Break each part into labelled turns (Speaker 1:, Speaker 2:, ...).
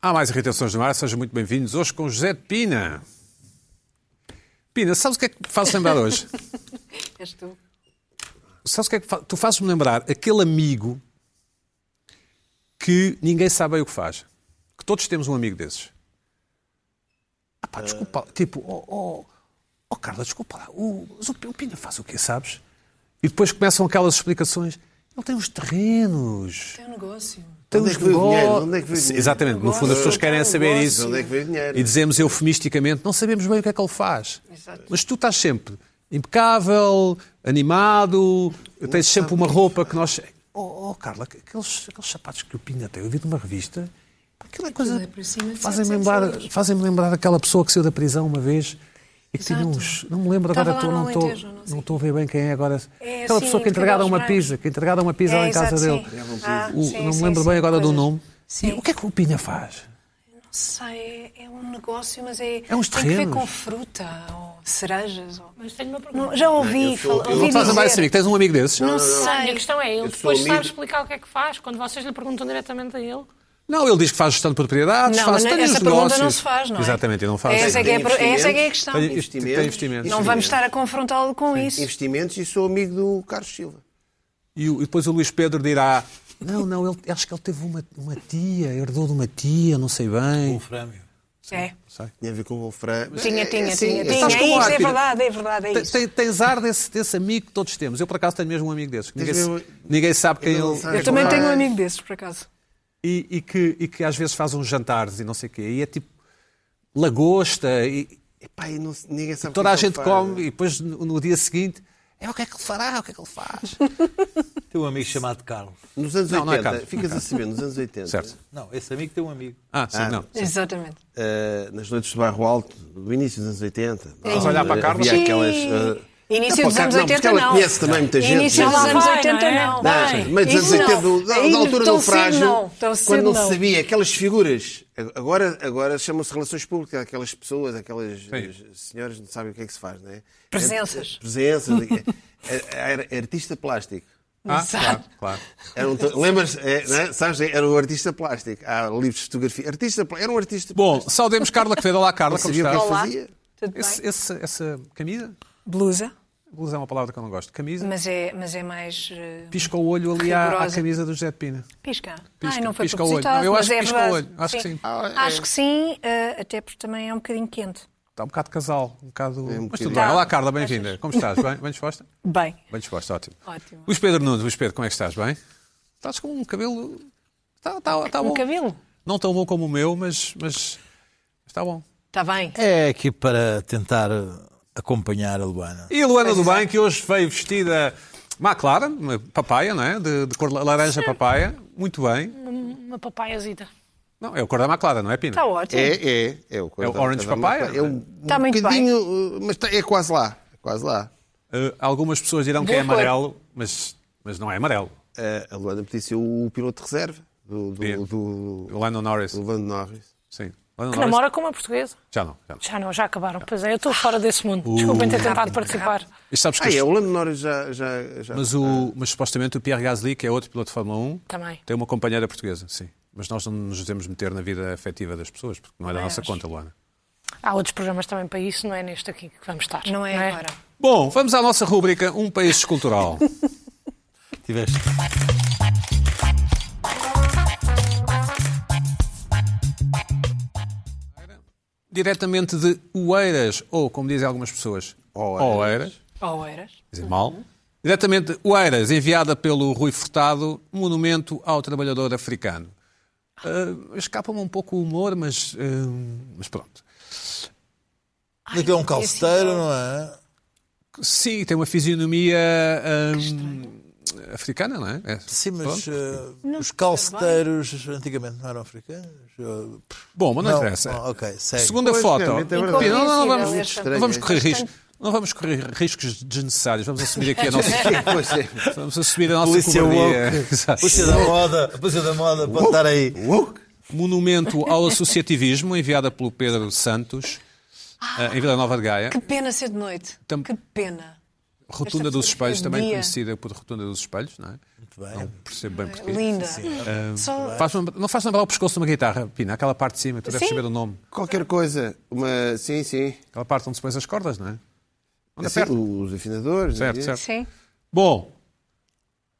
Speaker 1: Há mais irritações no ar, sejam muito bem-vindos hoje com José de Pina. Pina, sabes o que é que me fazes lembrar hoje?
Speaker 2: És tu.
Speaker 1: Sabes o que é que fa- tu fazes-me lembrar aquele amigo que ninguém sabe bem o que faz. Que todos temos um amigo desses. Ah pá, desculpa, lá, tipo, oh, oh, oh, Carla, desculpa lá, o, mas o P- o Pina faz o quê, sabes? E depois começam aquelas explicações. Ele tem uns terrenos,
Speaker 2: É um negócio.
Speaker 1: tem
Speaker 3: Onde
Speaker 1: uns
Speaker 3: é que veio o dinheiro?
Speaker 1: Então negócios.
Speaker 3: Onde é que veio o dinheiro? Ah,
Speaker 1: Exatamente, no fundo as pessoas querem saber isso.
Speaker 3: Onde é que veio o dinheiro?
Speaker 1: E dizemos eufemisticamente, não sabemos bem o que é que ele faz.
Speaker 2: Exato.
Speaker 1: Mas tu estás sempre impecável, animado, tens sempre uma roupa que nós. Oh, oh, Carla, aqueles, aqueles sapatos que o Pina tem, eu vi numa revista. pá, Aquilo é coisa.
Speaker 2: Aquilo é por cima de
Speaker 1: Fazem-me
Speaker 2: 700
Speaker 1: lembrar,
Speaker 2: euros.
Speaker 1: fazem lembrar aquela pessoa que saiu da prisão uma vez e que tinha
Speaker 2: Exato.
Speaker 1: uns. Não me lembro
Speaker 2: Estava
Speaker 1: agora,
Speaker 2: lá
Speaker 1: tô-
Speaker 2: no
Speaker 1: não
Speaker 2: Alentejo, não sei.
Speaker 1: estou a ver bem quem é agora.
Speaker 2: É,
Speaker 1: aquela
Speaker 2: sim,
Speaker 1: pessoa que
Speaker 2: de
Speaker 1: entregada
Speaker 2: cabelos
Speaker 1: uma
Speaker 2: brancos.
Speaker 1: pizza, que entregada É uma pizza lá em casa
Speaker 2: exato,
Speaker 1: dele.
Speaker 2: sim. Ah,
Speaker 1: O-
Speaker 2: sim,
Speaker 1: não me
Speaker 2: sim,
Speaker 1: lembro
Speaker 2: sim,
Speaker 1: bem agora do
Speaker 2: coisas.
Speaker 1: nome.
Speaker 2: Sim.
Speaker 1: E o que é que o Pina faz?
Speaker 2: Não sei, é um negócio, mas é.
Speaker 1: É uns
Speaker 2: tem que ver
Speaker 1: terrenos.
Speaker 2: com fruta ou cerejas. Ou...
Speaker 4: Mas tenho uma pergunta.
Speaker 2: Não, já ouvi
Speaker 3: Eu sou-
Speaker 2: falar.
Speaker 3: eu
Speaker 2: ouvi
Speaker 1: Não faz lembrar
Speaker 2: dizer.
Speaker 1: esse amigo, tens um amigo desses?
Speaker 2: Não
Speaker 4: A minha
Speaker 2: sei.
Speaker 4: questão é, ele
Speaker 3: Eu
Speaker 4: depois
Speaker 3: sou
Speaker 4: sabe
Speaker 3: amigo.
Speaker 4: explicar o que é que faz quando vocês lhe perguntam diretamente a ele.
Speaker 1: Não, ele diz que faz gestão de propriedades,
Speaker 2: Não,
Speaker 1: faz
Speaker 2: mas
Speaker 1: tem
Speaker 2: essa
Speaker 1: os
Speaker 2: pergunta
Speaker 1: negócios.
Speaker 2: não se faz, não é?
Speaker 1: Exatamente, ele não faz.
Speaker 2: Essa é que é a pro- essa é que é a questão.
Speaker 1: Tem
Speaker 3: Investimentos.
Speaker 1: tem investimentos.
Speaker 2: Não vamos estar a confrontá-lo com isso.
Speaker 3: Investimentos e sou amigo do Carlos Silva.
Speaker 1: E, o- e depois o Luís Pedro dirá: Não, não, ele, acho que ele teve uma, uma tia, herdou de uma tia, não sei bem.
Speaker 5: Wolframio.
Speaker 2: É.
Speaker 1: Um Sei.
Speaker 3: Tinha a ver com o Wolfram.
Speaker 2: Tinha, tinha,
Speaker 3: é,
Speaker 2: tinha.
Speaker 3: é,
Speaker 2: tinha.
Speaker 1: Estás com
Speaker 2: É isso,
Speaker 1: ar,
Speaker 2: é
Speaker 1: Pina.
Speaker 2: verdade, é verdade. É
Speaker 1: Tem-
Speaker 2: isso.
Speaker 1: tem- Tens ar desse, desse amigo que todos temos. Eu, por acaso, tenho mesmo um amigo desses. que Ninguém,
Speaker 3: Tens
Speaker 1: se-
Speaker 3: mesmo-
Speaker 1: ninguém sabe quem
Speaker 3: Eu não
Speaker 1: ele
Speaker 3: sei.
Speaker 1: quem
Speaker 2: Eu também
Speaker 1: ele é.
Speaker 2: tenho um amigo desses, por acaso.
Speaker 1: E, e que, e que às vezes faz uns jantares e não sei o quê. E é tipo lagosta e,
Speaker 3: Epá, e é? não, se- ninguém sabe
Speaker 1: Toda
Speaker 3: o
Speaker 1: a
Speaker 3: que ele
Speaker 1: gente
Speaker 3: faz.
Speaker 1: come e depois no, no dia seguinte é o que é que ele fará, o que é que ele faz.
Speaker 5: Tem um amigo chamado Carlos.
Speaker 3: Nos anos
Speaker 1: Não, não é
Speaker 3: 80,
Speaker 1: Carlos.
Speaker 3: ficas a saber, nos anos 80,
Speaker 1: Certo.
Speaker 5: Não, esse amigo tem um amigo.
Speaker 1: Ah, sim, não.
Speaker 2: Exatamente.
Speaker 3: eh, nas noites de Barro Alto, do início dos anos 80,
Speaker 1: Estás a olhar para a Carla?
Speaker 3: havia
Speaker 2: É
Speaker 3: aquelas...
Speaker 2: Sim.
Speaker 3: eh,
Speaker 2: Início
Speaker 3: Não,
Speaker 2: dos
Speaker 3: para
Speaker 2: anos
Speaker 3: cá- não, porque
Speaker 2: 80,
Speaker 3: ela
Speaker 2: não.
Speaker 3: conhece também muita gente.
Speaker 2: Início dos
Speaker 3: Ela
Speaker 2: anos
Speaker 4: vai,
Speaker 2: 80,
Speaker 4: não é?
Speaker 2: não.
Speaker 3: Não,
Speaker 2: Vai.
Speaker 3: meio dos anos
Speaker 2: Isso não.
Speaker 3: 80, do- assim, da, da
Speaker 2: Aí
Speaker 3: altura
Speaker 2: tão
Speaker 3: do
Speaker 2: cedo
Speaker 3: frágil,
Speaker 2: não, tão cedo
Speaker 3: quando não
Speaker 2: não.
Speaker 3: se sabia, aquelas figuras, agora, agora chamam-se relações públicas, aquelas pessoas, aquelas as senhoras não sabem o que é que se faz, não é?
Speaker 2: Presenças.
Speaker 3: É, Presenças. é, é, é, artista plástico.
Speaker 1: Ah, claro, claro.
Speaker 3: Era um, lembras, é, não é? sabes, era um artista plástico. Há livros de fotografia. Artista, plá- era um artista
Speaker 1: Bom, saudemos Carla Quevedo. Olá, Carla,
Speaker 3: plástico.
Speaker 1: como
Speaker 3: Sabia o que
Speaker 1: estás?
Speaker 2: Olá.
Speaker 3: é que
Speaker 2: Tudo
Speaker 3: fazia?
Speaker 2: bem?
Speaker 1: Esse- esse- essa camisa?
Speaker 2: Blusa,
Speaker 1: Blusa é uma palavra que eu não gosto. Camisa?
Speaker 2: mas é, mas é mais. eh,
Speaker 1: Pisca o olho ali à, à
Speaker 2: Rigorosa.
Speaker 1: camisa do José de Pina.
Speaker 2: Pisca.
Speaker 1: Pisca,
Speaker 2: Ai, não foi
Speaker 1: pisca o olho. Não,
Speaker 2: propositado,
Speaker 1: eu acho
Speaker 2: mas
Speaker 1: que
Speaker 2: é
Speaker 1: pisca o
Speaker 2: verdade.
Speaker 1: olho. Acho que sim. É.
Speaker 2: Acho que sim, eh, até porque também é um bocadinho quente.
Speaker 1: Está um bocado de casal, um bocado.
Speaker 3: um
Speaker 1: Mas tudo
Speaker 3: bocadinho.
Speaker 1: bem.
Speaker 2: Tá.
Speaker 1: Olá, Carla, bem-vinda. Como estás? Bem, bem disposta?
Speaker 2: Bem.
Speaker 1: Bem disposta, ótimo.
Speaker 2: Ótimo.
Speaker 1: Luís Pedro Nunes, Luís Pedro, como é que estás? Bem? Estás com um cabelo. Está, está, está bom.
Speaker 2: Um cabelo?
Speaker 1: Não tão bom como o meu, mas, mas está bom.
Speaker 2: Está Tá bem.
Speaker 5: É aqui para tentar eh, acompanhar a Luana.
Speaker 1: E a Luana do Bem, que hoje veio vestida McLaren, uma papaya, não é? De, de cor la- laranja papaya. Muito bem.
Speaker 4: Uma papaiazita.
Speaker 1: Não, é o cor da McLaren, não é, Pina?
Speaker 4: Tá.
Speaker 2: Está Tá ótimo.
Speaker 3: É, é. É o,
Speaker 1: É o Orange Papaya?
Speaker 3: É um, um
Speaker 2: Tá muito bem.
Speaker 3: bocadinho, mas tá- é quase lá. Quase lá.
Speaker 1: Uh, algumas pessoas dirão que é
Speaker 2: Boa cor.
Speaker 1: amarelo, mas, mas não é amarelo.
Speaker 3: Eh, a Luana podia ser o piloto de reserva do,
Speaker 1: Podia.
Speaker 3: do, do,
Speaker 1: O Lando Norris,
Speaker 3: do Lando Norris.
Speaker 1: sim. Lando
Speaker 4: Que
Speaker 1: Norris-
Speaker 4: namora com uma portuguesa.
Speaker 1: Já não, já não.
Speaker 4: Já não, já acabaram. Pois é, eu estou fora desse mundo. Desculpem ter tentado participar.
Speaker 1: Mas sabes que
Speaker 3: Ah,
Speaker 1: os-
Speaker 3: é, o Lando Norris já. já, já-
Speaker 1: mas, o, mas supostamente o Pierre Gasly, que é outro piloto de Fórmula 1,
Speaker 4: Também.
Speaker 1: tem uma companheira portuguesa, sim. Mas nós não nos devemos meter na vida afetiva das pessoas, porque não é da
Speaker 4: Também
Speaker 1: nossa
Speaker 4: acho.
Speaker 1: conta, Luana.
Speaker 4: Há outros programas também para isso, não é neste aqui que vamos estar.
Speaker 2: Não é agora.
Speaker 1: Bom, vamos à nossa rúbrica Um País Escultural.
Speaker 5: Tiveste.
Speaker 1: Diretamente de Oeiras, ou como dizem algumas pessoas,
Speaker 3: Oeiras. Uhum.
Speaker 1: Oeiras.
Speaker 2: Ou eras?
Speaker 1: dizer mal. Diretamente, Oeiras, enviada pelo Rui Furtado, monumento ao trabalhador africano. Ah, Escapa-me um pouco o humor, mas, ah, mas pronto.
Speaker 5: Aquilo é um calceteiro, não é?
Speaker 1: Sim, tem uma fisionomia ah, africana, não é? É,
Speaker 5: Sim, mas
Speaker 1: pronto.
Speaker 5: eh, os calceteiros antigamente não eram africanos? Eu-
Speaker 1: Bom, mas não, interessa.
Speaker 5: Bom, ok, segue.
Speaker 1: Segunda
Speaker 3: Pois,
Speaker 1: foto.
Speaker 3: realmente é
Speaker 1: Não,
Speaker 3: verdade.
Speaker 1: não, não vamos,
Speaker 2: Inconfundível esta.
Speaker 1: não vamos correr
Speaker 2: Bastante.
Speaker 1: riscos. Não vamos correr riscos desnecessários. Vamos assumir aqui a nossa,
Speaker 3: Pois é.
Speaker 1: vamos assumir a nossa
Speaker 5: Polícia
Speaker 1: cobardia.
Speaker 5: woke.
Speaker 1: Exato.
Speaker 5: Polícia da moda. Polícia da moda para estar aí.
Speaker 1: Monumento ao Associativismo, enviada pelo Pedro Santos, eh, em Vila Nova de Gaia.
Speaker 2: Que pena ser de noite.
Speaker 1: Tam-
Speaker 2: Que pena.
Speaker 1: Rotunda dos Espelhos, também
Speaker 2: Dia.
Speaker 1: conhecida por Rotunda dos Espelhos, não é?
Speaker 5: Muito bem.
Speaker 1: Percebo bem porquê.
Speaker 2: Linda.
Speaker 4: Só-
Speaker 1: Faz um- não faz lembrar o pescoço de uma guitarra, Pina, aquela parte de cima, tu deves
Speaker 4: Sim.
Speaker 1: saber o nome.
Speaker 3: Qualquer coisa, uma. Sim, sim.
Speaker 1: Aquela parte onde se põe as cordas, não é? Onde
Speaker 3: Assim,
Speaker 1: aperta.
Speaker 3: os afinadores.
Speaker 1: Certo,
Speaker 3: né?
Speaker 1: certo.
Speaker 2: Sim.
Speaker 1: Bom,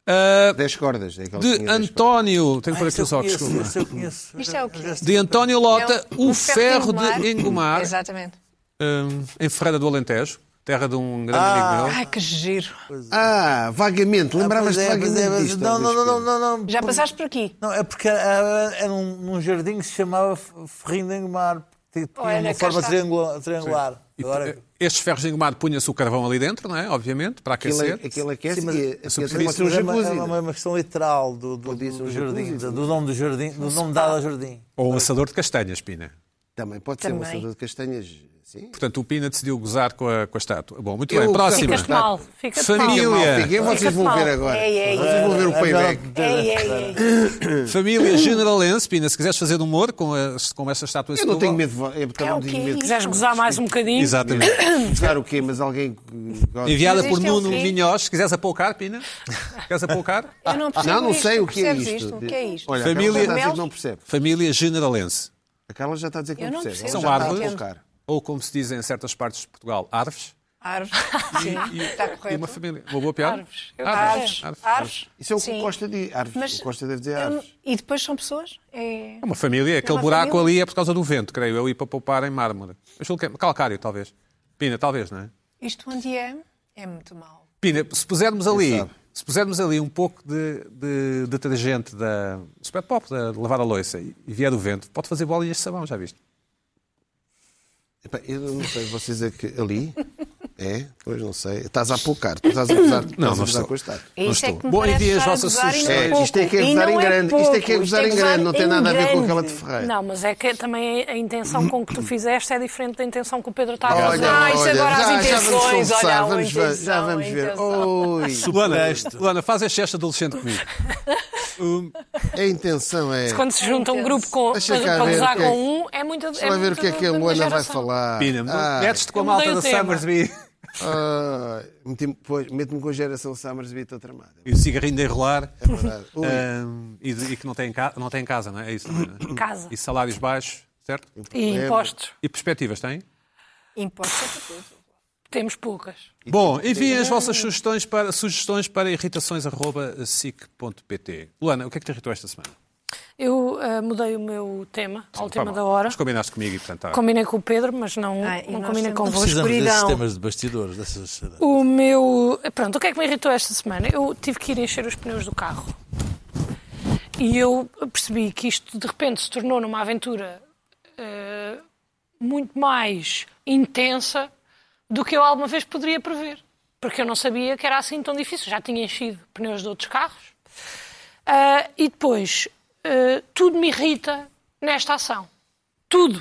Speaker 1: ah,
Speaker 3: 10 cordas. É aquela que
Speaker 1: de
Speaker 3: tinha dez
Speaker 1: António, tenho que pôr aquilo
Speaker 5: Esse eu
Speaker 1: só,
Speaker 5: conheço,
Speaker 1: desculpa.
Speaker 5: esse eu conheço.
Speaker 2: Isto é o quê?
Speaker 1: De António Lota,
Speaker 2: É
Speaker 1: o ferro de engomar,
Speaker 2: Exatamente.
Speaker 1: hum, em Ferreira do Alentejo, terra de um grande amigo meu.
Speaker 4: Ai, que giro.
Speaker 3: cordas. Ah, vagamente.
Speaker 5: Pois
Speaker 3: Lembravas-te
Speaker 5: é, pois
Speaker 3: vagamente
Speaker 5: é, mas-
Speaker 3: disto,
Speaker 5: Não, não, não, não, não, não.
Speaker 4: Já passaste por aqui?
Speaker 5: Não, é porque era, era num, num jardim que se chamava F- Ferrinho de Engomar. porque Tinha
Speaker 4: Olha, cá
Speaker 5: uma forma
Speaker 4: está.
Speaker 5: triangula- triangular.
Speaker 1: E,
Speaker 5: Agora,
Speaker 1: eh, Estes ferros de engomar punha-se o carvão ali dentro, não é? Obviamente, para
Speaker 3: Aquilo,
Speaker 1: aquecer.
Speaker 3: aquilo aquece
Speaker 5: Sim, mas-
Speaker 3: e aquece
Speaker 1: superfície-
Speaker 3: pode ser um
Speaker 5: mas é, uma,
Speaker 3: jacuzzi.
Speaker 5: é uma- uma questão literal do, do,
Speaker 3: Podia ser
Speaker 5: do
Speaker 3: um
Speaker 5: jardim,
Speaker 3: jacuzzi.
Speaker 5: do nome do jardim, do nome dado ao jardim.
Speaker 1: Ou um assador de castanhas, Pina.
Speaker 3: Também pode ser uma
Speaker 2: Também.
Speaker 3: sopa de castanhas. Sim.
Speaker 1: Portanto, o Pina decidiu gozar com a, com a estátua. Bom, muito
Speaker 3: Eu-
Speaker 1: bem, próxima.
Speaker 3: tá.
Speaker 4: Ficaste mal. Ficaste
Speaker 1: Família.
Speaker 4: mal.
Speaker 3: Fica mal, fica.
Speaker 4: Fica-te
Speaker 3: Vocês vão
Speaker 4: mal.
Speaker 3: ver agora.
Speaker 2: Ei, ei,
Speaker 3: Vocês vão ver o
Speaker 5: É melhor
Speaker 3: payback.
Speaker 5: não-
Speaker 2: Ei, ei, ei.
Speaker 1: Família Generalense, Pina, se quiseres fazer humor com, as, com esta estátua... em
Speaker 3: Eu não
Speaker 1: Setúbal-
Speaker 3: tenho medo de vo- eu também
Speaker 2: É
Speaker 3: não
Speaker 2: o
Speaker 3: tenho
Speaker 2: quê?
Speaker 3: medo.
Speaker 4: Quiseres gozar mais um bocadinho?
Speaker 1: Exatamente.
Speaker 3: Claro o quê? Mas alguém que gosta.
Speaker 1: Enviada
Speaker 2: Mas
Speaker 1: por
Speaker 2: isto é o
Speaker 1: Nuno
Speaker 2: quê?
Speaker 1: Minhoz. Se quiseres apoucar, Pina. Queres apoucar?
Speaker 2: Eu não percebo
Speaker 3: Não, não
Speaker 2: isto.
Speaker 3: sei o que é
Speaker 2: Percebes
Speaker 3: isto.
Speaker 2: O que é isto?
Speaker 3: Olha,
Speaker 1: Família-
Speaker 3: a Carla já está a dizer que não percebe.
Speaker 1: Família Generalense.
Speaker 3: A Carla já está a dizer que
Speaker 2: Eu
Speaker 3: não
Speaker 2: não
Speaker 3: percebe.
Speaker 2: percebo.
Speaker 1: São
Speaker 3: Ela já está a
Speaker 1: árvores,
Speaker 3: colocar.
Speaker 1: ou como se diz em certas partes de Portugal, árvores.
Speaker 2: Árvore. Sim, está
Speaker 1: E uma
Speaker 2: correto.
Speaker 1: família. Uma boa piada?
Speaker 4: Árvores. Eu-
Speaker 1: Árvores.
Speaker 2: Árvores.
Speaker 1: Árvores.
Speaker 2: Árvores.
Speaker 3: Isso é o que
Speaker 2: Sim.
Speaker 3: o Costa diz. Árvores.
Speaker 2: Mas-
Speaker 3: O Costa deve dizer é
Speaker 2: Eu não-
Speaker 3: árvores.
Speaker 2: E depois são pessoas? É...
Speaker 1: Uma família. Aquele
Speaker 2: uma
Speaker 1: buraco
Speaker 2: família.
Speaker 1: ali é por causa do vento, creio eu, e para poupar em mármore. Eu julgo que é calcário, talvez. Pina, talvez, não é?
Speaker 2: Isto onde é? É muito mau.
Speaker 1: Pina, se pusermos ali,
Speaker 3: sabe?
Speaker 1: se pusermos ali um pouco de, de detergente da Super Pop, da, de lavar a louça, e e vier o vento, pode fazer bolinhas de sabão, já viste?
Speaker 3: Epá, eu não sei, vocês é que ali? É? Pois não sei. Estás a apocar, tu estás a gozar, tu estás
Speaker 1: não
Speaker 3: a gozar
Speaker 1: estou.
Speaker 3: com a estátua.
Speaker 2: E Isto
Speaker 1: estou.
Speaker 2: é que me
Speaker 1: Bom,
Speaker 2: parece
Speaker 1: enviem as
Speaker 2: estar a
Speaker 1: vossas
Speaker 2: gozar e não
Speaker 1: sugestões.
Speaker 3: É, isto é que é
Speaker 2: pouco. E
Speaker 3: gozar em
Speaker 2: não
Speaker 3: grande. Isto é que é
Speaker 2: pouco.
Speaker 3: gozar em grande,
Speaker 2: um
Speaker 3: não tem nada a ver com aquela de Ferreira.
Speaker 4: Não, mas é que também a intenção com que tu fizeste é diferente da intenção que o Pedro está a
Speaker 3: Olha,
Speaker 4: fazer.
Speaker 2: Ah, isto
Speaker 3: olha,
Speaker 2: agora as
Speaker 3: já, já vamos
Speaker 2: intenções, olha,
Speaker 3: conversar,
Speaker 2: a
Speaker 3: vamos ver, já
Speaker 2: intenção,
Speaker 3: vamos
Speaker 2: a
Speaker 3: ver.
Speaker 2: intenção.
Speaker 3: Oi,
Speaker 1: Luana, Luana, faz este gesto adolescente comigo. Hum,
Speaker 3: a intenção é.
Speaker 4: Quando se junta um grupo com,
Speaker 3: Deixa cá
Speaker 4: para
Speaker 3: ver
Speaker 4: gozar
Speaker 3: o que é-
Speaker 4: com um, é muito.
Speaker 3: Deixa lá ver o que é que a Luana vai falar.
Speaker 1: Pina,
Speaker 3: Ah,
Speaker 1: metes-te com a
Speaker 4: eu
Speaker 1: malta da
Speaker 4: mudei o tema.
Speaker 1: Summersby.
Speaker 3: ah, meti-me- pois, Mete-me com a geração Summersby, estou tramada.
Speaker 1: E o cigarrinho de enrolar.
Speaker 3: É verdade. Ui,
Speaker 1: Ahm, e, de- e que não tem, em ca- não tem em casa, não é? É isso também, não é?
Speaker 4: Casa.
Speaker 1: E salários baixos, certo?
Speaker 4: E impostos.
Speaker 1: E perspectivas têm?
Speaker 2: Importa outra coisa.
Speaker 4: Temos poucas.
Speaker 1: Bom,
Speaker 3: tipo,
Speaker 1: enviem as vossas sugestões para, sugestões para irritações.sic.pt. Luana, o que é que te irritou esta semana?
Speaker 4: Eu ah, mudei o meu tema ao tema
Speaker 1: Pá,
Speaker 4: da hora.
Speaker 1: Mas combinaste comigo e portanto. tá. há-
Speaker 4: Combinei com o Pedro, mas não,
Speaker 2: Ai, e
Speaker 4: não
Speaker 2: nós
Speaker 4: combinei
Speaker 2: temos-
Speaker 4: convosco.
Speaker 5: Precisamos desses
Speaker 2: escuridão.
Speaker 5: temas de bastidores, dessas. eh,
Speaker 4: O meu. Pronto, o que é que me irritou esta semana? Eu tive que ir encher os pneus do carro. E eu percebi que isto de repente se tornou numa aventura eh, muito mais intensa do que eu alguma vez poderia prever. Porque eu não sabia que era assim tão difícil. Já tinha enchido pneus de outros carros. Ah, e depois, ah, tudo me irrita nesta ação. Tudo.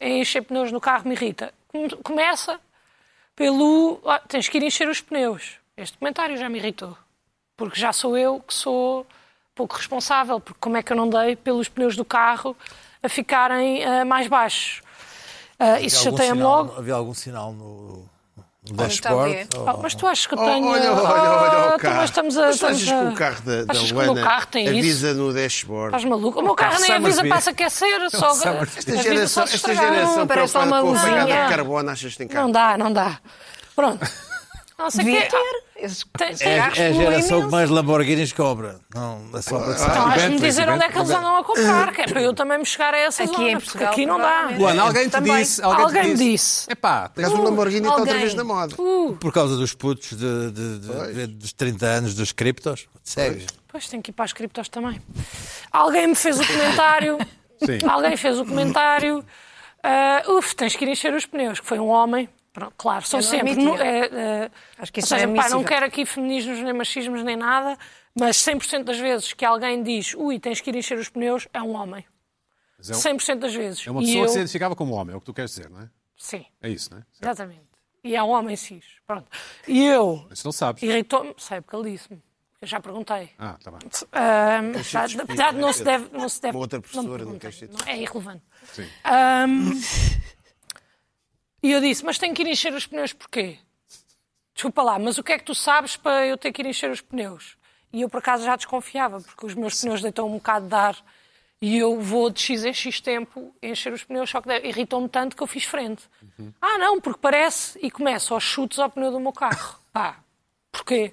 Speaker 4: Encher pneus no carro me irrita. Come- Começa pelo. "Ah, tens que ir encher os pneus. Este comentário já me irritou. Porque já sou eu que sou pouco responsável, porque como é que eu não dei pelos pneus do carro a ficarem ah, mais baixos? Ah, isso chateia-me logo.
Speaker 5: Havia algum sinal no, no
Speaker 2: está
Speaker 5: dashboard?
Speaker 2: a ver.
Speaker 5: Ou-
Speaker 4: Ah, mas tu achas que eu
Speaker 3: Oh,
Speaker 4: tenho.
Speaker 3: olha, olha, olha,
Speaker 4: Ah,
Speaker 3: o carro.
Speaker 4: Mas estamos a.
Speaker 3: Mas tu achas
Speaker 4: estamos a-
Speaker 3: que o carro da, da
Speaker 4: Achas que o
Speaker 3: Luana
Speaker 4: meu carro tem isso?
Speaker 3: avisa no dashboard.
Speaker 4: Estás maluco? O meu carro nem
Speaker 1: Summersby.
Speaker 4: avisa para se aquecer, é só
Speaker 1: Summersby.
Speaker 3: Esta
Speaker 4: avisa
Speaker 3: geração,
Speaker 4: só se
Speaker 3: esta
Speaker 4: estragar.
Speaker 3: geração
Speaker 2: parece só uma
Speaker 3: preocupada com a pegada
Speaker 4: luzinha.
Speaker 3: de carbono, achas que tem carro?
Speaker 4: Não dá, não dá. Pronto. Não sei
Speaker 2: Devia
Speaker 4: que é
Speaker 2: ter. Esses
Speaker 4: Tem-
Speaker 5: É,
Speaker 4: tem-
Speaker 2: carros
Speaker 5: é a
Speaker 2: poluem
Speaker 5: geração que
Speaker 2: imenso.
Speaker 5: mais Lamborghinis cobra. Não, é só para
Speaker 4: Então,
Speaker 1: Ah,
Speaker 4: acho-me
Speaker 1: Bentley,
Speaker 4: dizer onde é que eles
Speaker 1: Bentley.
Speaker 4: andam a comprar, que é para eu também me chegar a essa
Speaker 2: Aqui
Speaker 4: zona,
Speaker 2: em
Speaker 4: porque
Speaker 2: Portugal,
Speaker 4: aqui não dá.
Speaker 2: provavelmente.
Speaker 1: Luana, alguém te
Speaker 2: Também.
Speaker 1: disse. Alguém,
Speaker 4: Alguém
Speaker 1: te
Speaker 4: me
Speaker 1: disse.
Speaker 4: disse.
Speaker 1: Epá,
Speaker 3: Por
Speaker 1: tens
Speaker 3: causa do Lamborghini está outra
Speaker 2: Alguém.
Speaker 3: vez na moda.
Speaker 5: Por causa dos putos de- de- de- de- dos 30 anos dos criptos. Sério.
Speaker 4: Pois, tenho que ir para as criptos também. Alguém me fez o comentário.
Speaker 1: Sim.
Speaker 4: Alguém fez o comentário. ah, uf, tens que ir encher os pneus, que foi um homem. Pronto, claro, são
Speaker 2: Eu não
Speaker 4: sempre.
Speaker 2: admitia.
Speaker 4: nu- é, é,
Speaker 2: Acho que
Speaker 4: ou
Speaker 2: isso
Speaker 4: seja,
Speaker 2: não é
Speaker 4: pá, não
Speaker 2: admissível.
Speaker 4: quero aqui feminismos, nem machismos, nem nada, mas 100% das vezes que alguém diz ui, tens que ir encher os pneus, é um homem.
Speaker 1: é um-
Speaker 4: 100% das vezes.
Speaker 1: É uma
Speaker 4: E
Speaker 1: pessoa
Speaker 4: eu-
Speaker 1: que se identificava como homem, é o que tu queres dizer, não é?
Speaker 4: Sim,
Speaker 1: É isso, não é?
Speaker 4: exatamente. E é um homem cis. Pronto. E eu.
Speaker 1: Mas não sabes.
Speaker 4: Irritou-me, sei, porque ele disse-me. Eu já perguntei.
Speaker 1: Ah, está bem.
Speaker 4: Ahm, apesar de- apesar de não se deve. Não se deve
Speaker 3: é? Uma outra professora,
Speaker 4: me
Speaker 3: não
Speaker 4: perguntem,
Speaker 3: queres ser
Speaker 4: não- É irrelevante.
Speaker 1: Sim.
Speaker 4: Ah, Ahm, e eu disse: Mas tenho que ir encher os pneus porquê? desculpa lá, mas o que é que tu sabes para eu ter que ir encher os pneus? E eu, por acaso, já desconfiava, porque os meus pneus deitam um bocado de ar e eu vou de X em X tempo encher os pneus, só que de- irritou-me tanto que eu fiz frente.
Speaker 3: Uhum.
Speaker 4: Ah, não, porque parece, e começo aos chutes ao pneu do meu carro. Pá, porquê?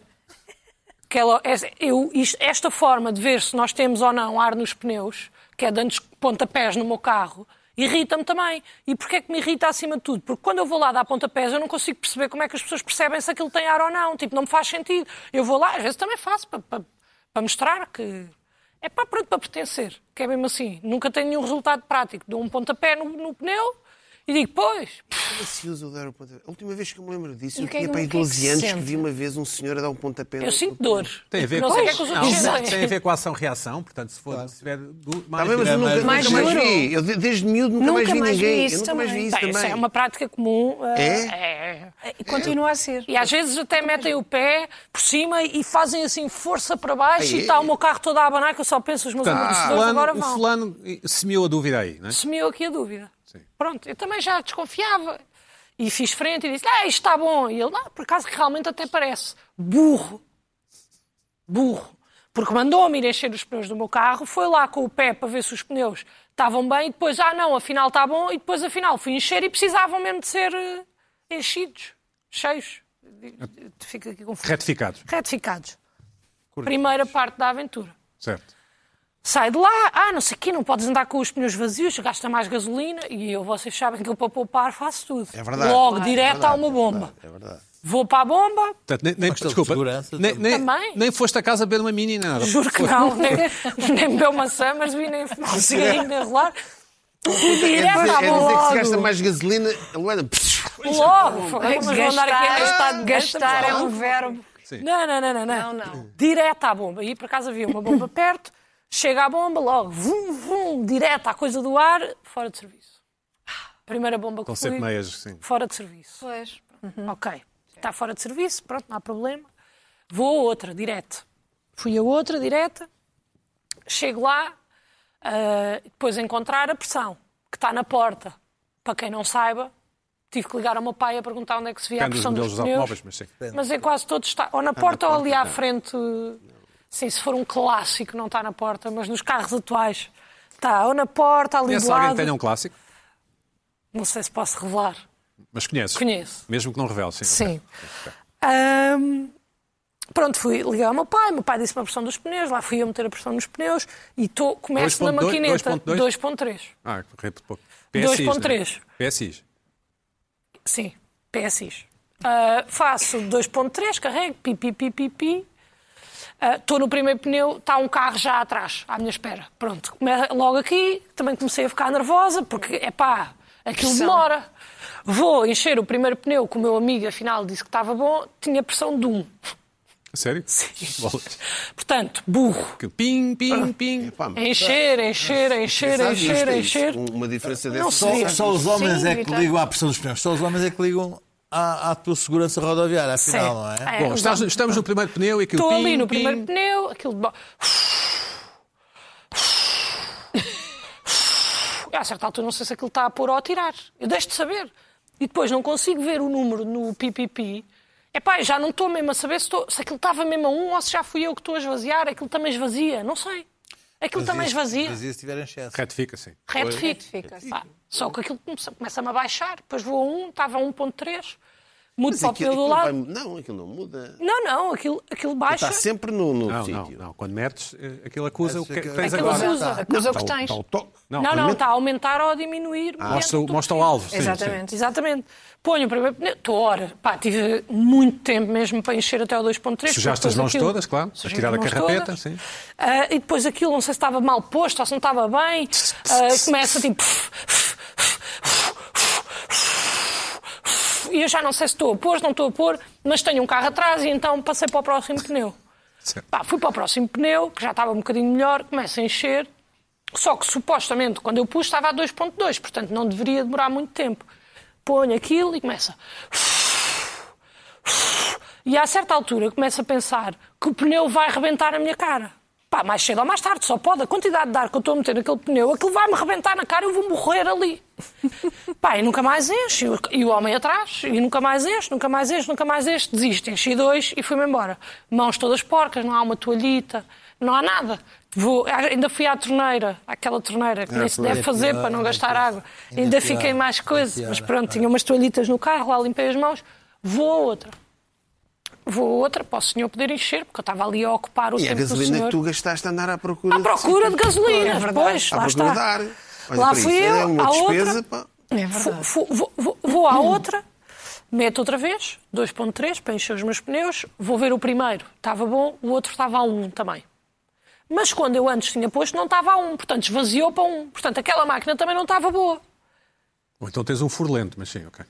Speaker 4: Que ela- essa- eu- isto- esta forma de ver se nós temos ou não ar nos pneus, que é dando pontapés no meu carro, irrita-me também. E porquê é que me irrita acima de tudo? Porque quando eu vou lá dar pontapés, eu não consigo perceber como é que as pessoas percebem se aquilo tem ar ou não. Tipo, não me faz sentido. Eu vou lá, às vezes também faço, para, para- para mostrar que... É para, pronto, para pertencer, que é mesmo assim. Nunca tenho nenhum resultado prático. Dou um pontapé no, no pneu e digo, pois,
Speaker 3: Como é que se usa o dar o pontapé? A última vez que eu me lembro disso,
Speaker 4: E
Speaker 3: eu
Speaker 4: o que é
Speaker 3: tinha
Speaker 4: que-
Speaker 3: para aí
Speaker 4: o que é que
Speaker 3: 12
Speaker 4: se
Speaker 3: anos
Speaker 4: sente?
Speaker 3: que vi uma vez um senhor a dar um pontapé. no-
Speaker 4: eu sinto dor.
Speaker 1: Tem a ver
Speaker 4: não
Speaker 1: com
Speaker 4: sei o que é que os outros
Speaker 1: Não,
Speaker 4: sentem.
Speaker 1: Tem a ver com a ação-reação, portanto, se for se tiver du-
Speaker 3: Tá
Speaker 1: É mais
Speaker 3: bem, mas eu nunca,
Speaker 2: Mais
Speaker 3: nunca mais
Speaker 2: duro.
Speaker 3: vi. Eu, de- desde miúdo nunca,
Speaker 2: Nunca
Speaker 3: mais vi
Speaker 2: mais vi
Speaker 3: ninguém.
Speaker 2: isso
Speaker 3: eu nunca mais
Speaker 2: também.
Speaker 3: vi isso
Speaker 4: Bem, isso
Speaker 3: também.
Speaker 4: é uma prática comum. uh,
Speaker 3: É?
Speaker 4: é.
Speaker 2: E continua a ser.
Speaker 4: E às vezes até metem o pé por cima e fazem assim força para baixo
Speaker 3: Ai,
Speaker 4: e está
Speaker 3: ai.
Speaker 4: o meu carro todo a abanar que eu só penso os meus
Speaker 1: Portanto, o,
Speaker 4: amortecedores
Speaker 1: fulano,
Speaker 4: agora
Speaker 1: o
Speaker 4: vão.
Speaker 1: fulano semeou a dúvida aí, não é?
Speaker 4: Assumiu aqui a dúvida. Pronto, eu também já desconfiava. E fiz frente e disse, ah, isto está bom. E ele, ah, por acaso realmente até parece. Burro. Burro. Porque mandou-me ir encher os pneus do meu carro, foi lá com o pé para ver se os pneus estavam bem e depois, ah não, afinal está bom. E depois, afinal, fui encher e precisavam mesmo de ser eh, enchidos, cheios. Fico aqui confuso.
Speaker 1: Retificado,
Speaker 4: Retificados. Primeira parte da aventura.
Speaker 1: certo.
Speaker 4: Sai de lá, ah, não sei o quê, não podes andar com os pneus vazios, gasta mais gasolina e eu, vocês sabem que eu para poupar faço tudo.
Speaker 3: É verdade.
Speaker 4: Logo,
Speaker 3: Claro.
Speaker 4: direto
Speaker 3: É
Speaker 4: há uma bomba.
Speaker 3: É verdade.
Speaker 4: Vou para a bomba,
Speaker 1: Portanto, nem, nem-
Speaker 5: Uma questão de
Speaker 1: desculpa,
Speaker 5: segurança
Speaker 1: nem, nem,
Speaker 4: também.
Speaker 1: nem foste a casa beber uma mini, nem nada.
Speaker 4: juro que não, nem, nem bebeu maçã, mas vi, nem um consegui ainda enrolar. Direto
Speaker 3: É
Speaker 4: à
Speaker 3: dizer, é dizer que se
Speaker 4: bomba
Speaker 3: gasta
Speaker 4: logo.
Speaker 3: mais gasolina. Luana, psh,
Speaker 4: Logo, foi, mas vou andar aqui a gastar de
Speaker 2: gastar é um verbo.
Speaker 4: Não, não, não, não, não. Direto à bomba. E por acaso havia uma bomba perto, chega à bomba, logo, vum, vum, direto à coisa do ar, fora de serviço. Primeira bomba que
Speaker 1: Com sempre
Speaker 4: fui,
Speaker 1: meias, sim.
Speaker 4: fora de serviço.
Speaker 2: Pois.
Speaker 4: Ok, está fora de serviço, pronto, não há problema. Vou a outra, direto. Fui a outra, direta, chego lá, ah, depois encontrar a pressão, que está na porta. Para quem não saiba, tive que ligar ao meu pai a perguntar onde é que se via a
Speaker 1: Depende dos
Speaker 4: pressão
Speaker 1: modelos
Speaker 4: dos
Speaker 1: dos
Speaker 4: pneus.
Speaker 1: automóveis, mas sim.
Speaker 4: Mas em quase todos está. Ou na porta ou ali à frente. Sim, se for um clássico, não está na porta, mas nos carros atuais está. Ou na porta, ali
Speaker 1: Conhece
Speaker 4: do
Speaker 1: alguém que
Speaker 4: lado.
Speaker 1: tenha um clássico,
Speaker 4: Não sei se posso revelar.
Speaker 1: mas conheces.
Speaker 4: Conheço.
Speaker 1: Mesmo que não revele, sim.
Speaker 4: Sim. Ahm, pronto, fui ligar ao meu pai. Meu pai disse-me a pressão dos pneus. Lá fui eu meter a pressão nos pneus e tô, começo na
Speaker 1: 2.2,
Speaker 4: maquineta.
Speaker 1: 2.2?
Speaker 4: 2.3.
Speaker 1: Ah, correto pouco.
Speaker 4: 2.3.
Speaker 1: né? PSIs.
Speaker 4: Sim, PSIs. Ah, faço 2.3, carrego, pi, pi, pi, pi, pi. Estou no primeiro pneu, está um carro já atrás, à minha espera. Pronto, come- logo aqui, também comecei a ficar nervosa, porque, é pá, aquilo
Speaker 2: Pressão.
Speaker 4: demora. Vou encher o primeiro pneu, que o meu amigo, afinal, disse que estava bom, tinha pressão de um.
Speaker 1: A Sério?
Speaker 4: Sim.
Speaker 1: Bolas.
Speaker 4: Portanto, burro.
Speaker 1: Que Ping,
Speaker 4: Ah.
Speaker 1: ping, ping.
Speaker 3: pá, mas
Speaker 4: Encher, encher, encher,
Speaker 3: sabe isto,
Speaker 4: encher,
Speaker 3: é
Speaker 4: encher.
Speaker 3: isso? Uma diferença
Speaker 4: Não
Speaker 3: dessa.
Speaker 4: sei.
Speaker 5: Só, só os homens
Speaker 2: Sim, então.
Speaker 5: é que
Speaker 2: evitar.
Speaker 5: ligam à pressão dos pneus. Só os homens é que ligam à, à tua segurança rodoviária, afinal, não
Speaker 4: Sim. um
Speaker 5: é?
Speaker 1: Bom, estás- estamos no primeiro pneu e aquilo
Speaker 4: Estou
Speaker 1: ping,
Speaker 4: ali no
Speaker 1: ping.
Speaker 4: primeiro pneu, aquilo de bo- E A certa altura não sei se aquilo está a pôr ou a tirar. Eu deixo de saber. E depois não consigo ver o número no PPP. Epá, eu já não estou mesmo a saber se, estou- se aquilo estava mesmo a um ou se já fui eu que estou a esvaziar. Aquilo também esvazia, não sei. Aquilo
Speaker 2: tá
Speaker 4: também esvazia.
Speaker 5: Vazia se tiver em excesso.
Speaker 1: Retifica, sim.
Speaker 4: Retifica.
Speaker 2: Retifica-se.
Speaker 4: Pá, Só que aquilo começa- começa-me a baixar. Depois vou a um, estava a 1.3. Mudo
Speaker 3: Mas
Speaker 4: para o
Speaker 3: aquilo-
Speaker 4: pneu do
Speaker 3: aquilo vai-
Speaker 4: lado.
Speaker 3: Não, aquilo não muda.
Speaker 4: Não, não, aquilo, aquilo baixa.
Speaker 3: Está sempre no, no
Speaker 1: Não, não,
Speaker 3: sítio.
Speaker 1: não. Quando metes, eh, aquilo acusa o que é que
Speaker 5: Aquilo
Speaker 1: tens
Speaker 4: Aquilo
Speaker 1: agora.
Speaker 4: acusa.
Speaker 2: Acusa o que
Speaker 3: Tá o-
Speaker 2: tens.
Speaker 3: tá o toque.
Speaker 1: Não,
Speaker 4: Não,
Speaker 1: quando
Speaker 4: não,
Speaker 1: metes-
Speaker 4: está a aumentar ou a diminuir.
Speaker 1: Mostra, o-
Speaker 4: dentro do
Speaker 1: mostra o
Speaker 4: pneu.
Speaker 1: alvo. Sim,
Speaker 2: Exatamente.
Speaker 4: Exatamente. Ponho o primeiro pneu. Estou hora. Pá, tive muito tempo mesmo para encher até o 2.3.
Speaker 1: Sujaste
Speaker 4: porque
Speaker 1: as mãos
Speaker 4: aquilo-
Speaker 1: todas, claro, para
Speaker 4: Sujei
Speaker 1: tirar
Speaker 4: as
Speaker 1: a
Speaker 4: mãos
Speaker 1: carrapeta,
Speaker 4: todas.
Speaker 1: sim.
Speaker 4: Ah, e depois aquilo, não sei se estava mal posto ou se não estava bem. ah, começa tipo. E eu já não sei se estou a pôr, se não estou a pôr, mas tenho um carro atrás e então passei para o próximo pneu.
Speaker 1: Certo.
Speaker 4: Pá, fui para o próximo pneu, que já estava um bocadinho melhor, começa a encher. Só que supostamente, quando eu pus, estava a 2.2, portanto não deveria demorar muito tempo. Ponho aquilo e começa. E a certa altura começo a pensar que o pneu vai rebentar a minha cara. Pá, mais cedo ou mais tarde, só pode. A quantidade de ar que eu estou a meter naquele pneu, aquilo vai-me rebentar na cara e eu vou morrer ali. Pá, e nunca mais enche. E o- E o homem atrás, e nunca mais enche, nunca mais enche, nunca mais enche. Desisto, enchi dois e fui-me embora. Mãos todas porcas, não há uma toalhita, não há nada. Vou, ainda fui à torneira, àquela torneira que nem se deve fazer para não gastar água. é Ainda é Ah. fiquei mais coisa, mas pronto, tinha umas toalhitas no carro, lá limpei as mãos. Vou a outra. Vou a outra para o senhor poder encher, porque eu estava ali a ocupar o
Speaker 3: E é a
Speaker 4: tempo do
Speaker 3: gasolina
Speaker 4: senhor.
Speaker 3: que tu gastaste a andar à procura. É
Speaker 4: À procura de gasolina, pois,
Speaker 3: À
Speaker 4: lá
Speaker 3: procura
Speaker 4: está.
Speaker 3: de ar. Olha
Speaker 4: lá
Speaker 3: para
Speaker 4: fui
Speaker 3: isso,
Speaker 4: eu,
Speaker 3: é uma
Speaker 4: à
Speaker 3: despesa,
Speaker 4: outra.
Speaker 3: pá.
Speaker 2: É verdade.
Speaker 4: Fu- fu- vou- vou- vou à outra, meto outra vez, 2.3, para encher os meus pneus, vou ver o primeiro, estava bom, o outro estava a 1 também. Mas quando eu antes tinha posto, não estava a 1, portanto esvaziou para 1. Portanto, aquela máquina também não estava boa.
Speaker 1: Ou então tens um furlento, mas sim, ok.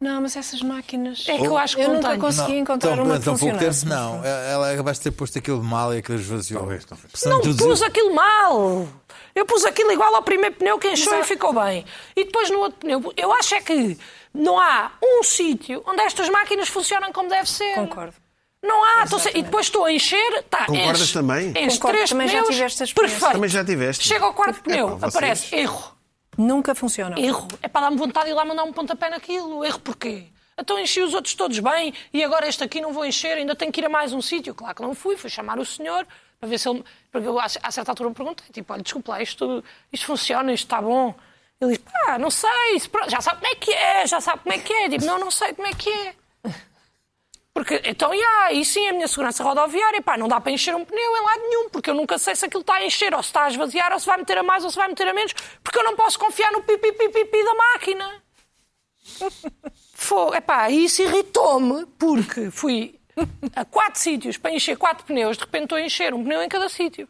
Speaker 2: Não, mas essas máquinas.
Speaker 4: É que eu acho que
Speaker 2: eu
Speaker 4: não
Speaker 2: nunca
Speaker 4: tenho.
Speaker 2: consegui encontrar
Speaker 5: tão,
Speaker 2: uma
Speaker 5: tão
Speaker 2: que
Speaker 5: Então, pouco tempo,
Speaker 2: funcionasse.
Speaker 5: não. Ela é capaz de ter posto aquilo mal e aquilo esvaziou.
Speaker 1: Talvez, talvez.
Speaker 5: Portanto,
Speaker 4: não
Speaker 5: tu
Speaker 4: Então,
Speaker 3: Então,
Speaker 4: pus aquilo mal. Eu pus aquilo igual ao primeiro pneu que encheu e
Speaker 2: Exato.
Speaker 4: ficou bem. E depois no outro pneu. Eu acho é que não há um sítio onde estas máquinas funcionam como deve ser.
Speaker 2: Concordo.
Speaker 4: Não há. Estou sem- E depois estou a encher. Tá,
Speaker 3: Concordas
Speaker 4: enche,
Speaker 3: também?
Speaker 4: Enche
Speaker 2: Concordo,
Speaker 4: três
Speaker 2: também já
Speaker 4: pneus,
Speaker 2: tive esta experiência.
Speaker 4: Perfeito.
Speaker 3: Também já tiveste.
Speaker 4: Chega ao quarto pneu.
Speaker 3: vocês.
Speaker 4: aparece erro.
Speaker 2: Nunca funcionam.
Speaker 4: Erro. É para dar-me vontade de ir lá mandar um pontapé naquilo. Erro porquê? Então enchi os outros todos bem e agora este aqui não vou encher, ainda tenho que ir a mais um sítio. Claro que não fui, fui chamar o senhor para ver se ele. Porque eu, a a certa altura, me perguntei: tipo, olha, desculpa lá, isto, isto funciona, isto está bom. Ele diz: pá, não sei, isso pro- já sabe como é que é, já sabe como é que é. Digo: não, não sei como é que é. Porque, então, já, aí sim a minha segurança rodoviária, pá, não dá para encher um pneu em lado nenhum, porque eu nunca sei se aquilo está a encher, ou se está a esvaziar, ou se vai meter a mais, ou se vai meter a menos, porque eu não posso confiar no pipi pipi, pipi da máquina. Foi, epá, e isso irritou-me, porque fui a quatro sítios para encher quatro pneus, de repente estou a encher um pneu em cada sítio.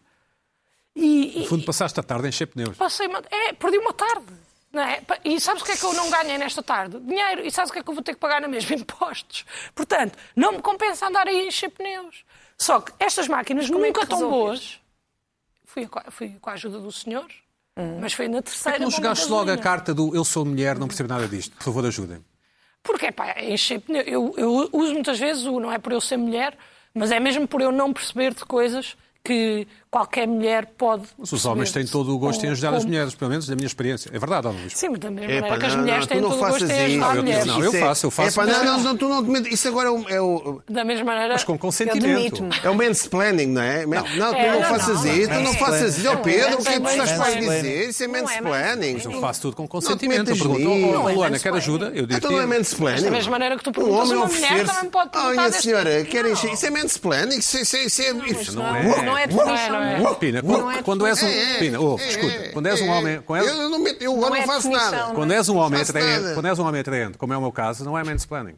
Speaker 4: E, e-
Speaker 1: No fundo, passaste a tarde a encher pneus.
Speaker 4: Passei uma... É, perdi uma tarde. Não é? Pa- E sabes o que é que eu não ganhei nesta tarde? Dinheiro. E sabes o que é que eu vou ter que pagar na mesma? Impostos. Portanto, não me compensa andar aí a encher pneus. Só que estas máquinas
Speaker 2: é
Speaker 4: nunca
Speaker 2: que
Speaker 4: estão
Speaker 2: resolves?
Speaker 4: boas. Fui, co- fui com a ajuda do senhor, mas foi na terceira.
Speaker 1: Não
Speaker 4: bomba
Speaker 1: chegaste
Speaker 4: de
Speaker 1: É logo à
Speaker 4: gasolina.
Speaker 1: carta do eu sou mulher, não percebo nada disto, por favor ajudem-me.
Speaker 4: Porque, pá, é encher pneu. Eu, eu uso muitas vezes o não é por eu ser mulher, mas é mesmo por eu não perceber de coisas que qualquer mulher pode.
Speaker 1: Mas os homens t
Speaker 4: perceber.
Speaker 1: têm todo o gosto em
Speaker 4: Ou-
Speaker 1: ajudar as
Speaker 4: ou-
Speaker 1: mulheres, pelo menos na minha experiência. É verdade, ou não, Luís?
Speaker 4: Oh, Sim, mas da
Speaker 3: Epá,
Speaker 4: mesma maneira que as
Speaker 3: É não,
Speaker 4: mulheres
Speaker 3: não,
Speaker 4: têm
Speaker 3: tu não
Speaker 4: todo o gosto
Speaker 3: faças
Speaker 4: em
Speaker 3: isso.
Speaker 4: ajudar
Speaker 1: Eu- eu-
Speaker 4: mulheres.
Speaker 1: não, eu-
Speaker 3: Isso é-
Speaker 1: faço, faço.
Speaker 3: Epá, não, não, não, tu não te metes. Isso agora é o. É o
Speaker 4: Da mesma maneira.
Speaker 1: Mas com
Speaker 2: Eu
Speaker 1: consentimento.
Speaker 2: demito-me.
Speaker 3: é o mansplaining, não é? Não, não tu
Speaker 4: É,
Speaker 3: não,
Speaker 4: não,
Speaker 3: faças
Speaker 4: não,
Speaker 3: isso,
Speaker 5: não.
Speaker 3: tu não faças isso. Ó
Speaker 5: Não,
Speaker 3: Pedro, o que é que tu
Speaker 4: mansplaining.
Speaker 3: estás a
Speaker 5: Mansplaining.
Speaker 3: dizer? Isso é
Speaker 2: Não é
Speaker 3: mansplaining.
Speaker 1: Eu
Speaker 3: Então
Speaker 1: faço tudo com
Speaker 3: Não
Speaker 1: consentimento.
Speaker 3: te
Speaker 1: Eu
Speaker 3: metas
Speaker 1: pergunto,
Speaker 3: nisso.
Speaker 1: oh,
Speaker 3: Não é
Speaker 1: Luana, quer ajuda? Eu digo,
Speaker 3: não é mansplaining.
Speaker 4: Da mesma maneira que tu
Speaker 3: Um
Speaker 4: perguntas a
Speaker 3: homem
Speaker 4: uma mulher,
Speaker 3: oferece.
Speaker 4: também pode
Speaker 3: Oh,
Speaker 4: perguntar.
Speaker 3: minha
Speaker 4: deste-
Speaker 3: senhora, querem
Speaker 4: Não.
Speaker 3: encher. Isso é mansplaining. Isso, isso, isso é. Isso
Speaker 1: não é.
Speaker 2: Não é definição.
Speaker 4: Não é,
Speaker 1: Oh, Pina, quando,
Speaker 2: é
Speaker 1: quando és um.
Speaker 3: É, é,
Speaker 1: Pina, ouve,
Speaker 3: é,
Speaker 1: escuta.
Speaker 3: é,
Speaker 1: Quando és um
Speaker 3: é,
Speaker 1: homem. quando és-
Speaker 3: Eu, não meto, eu agora
Speaker 2: Não
Speaker 3: não,
Speaker 2: é
Speaker 3: faço
Speaker 2: definição,
Speaker 3: nada.
Speaker 1: Quando és um homem
Speaker 3: faço
Speaker 1: atraente,
Speaker 3: nada.
Speaker 1: quando és um homem atraente, como é o meu caso, não é mansplaining.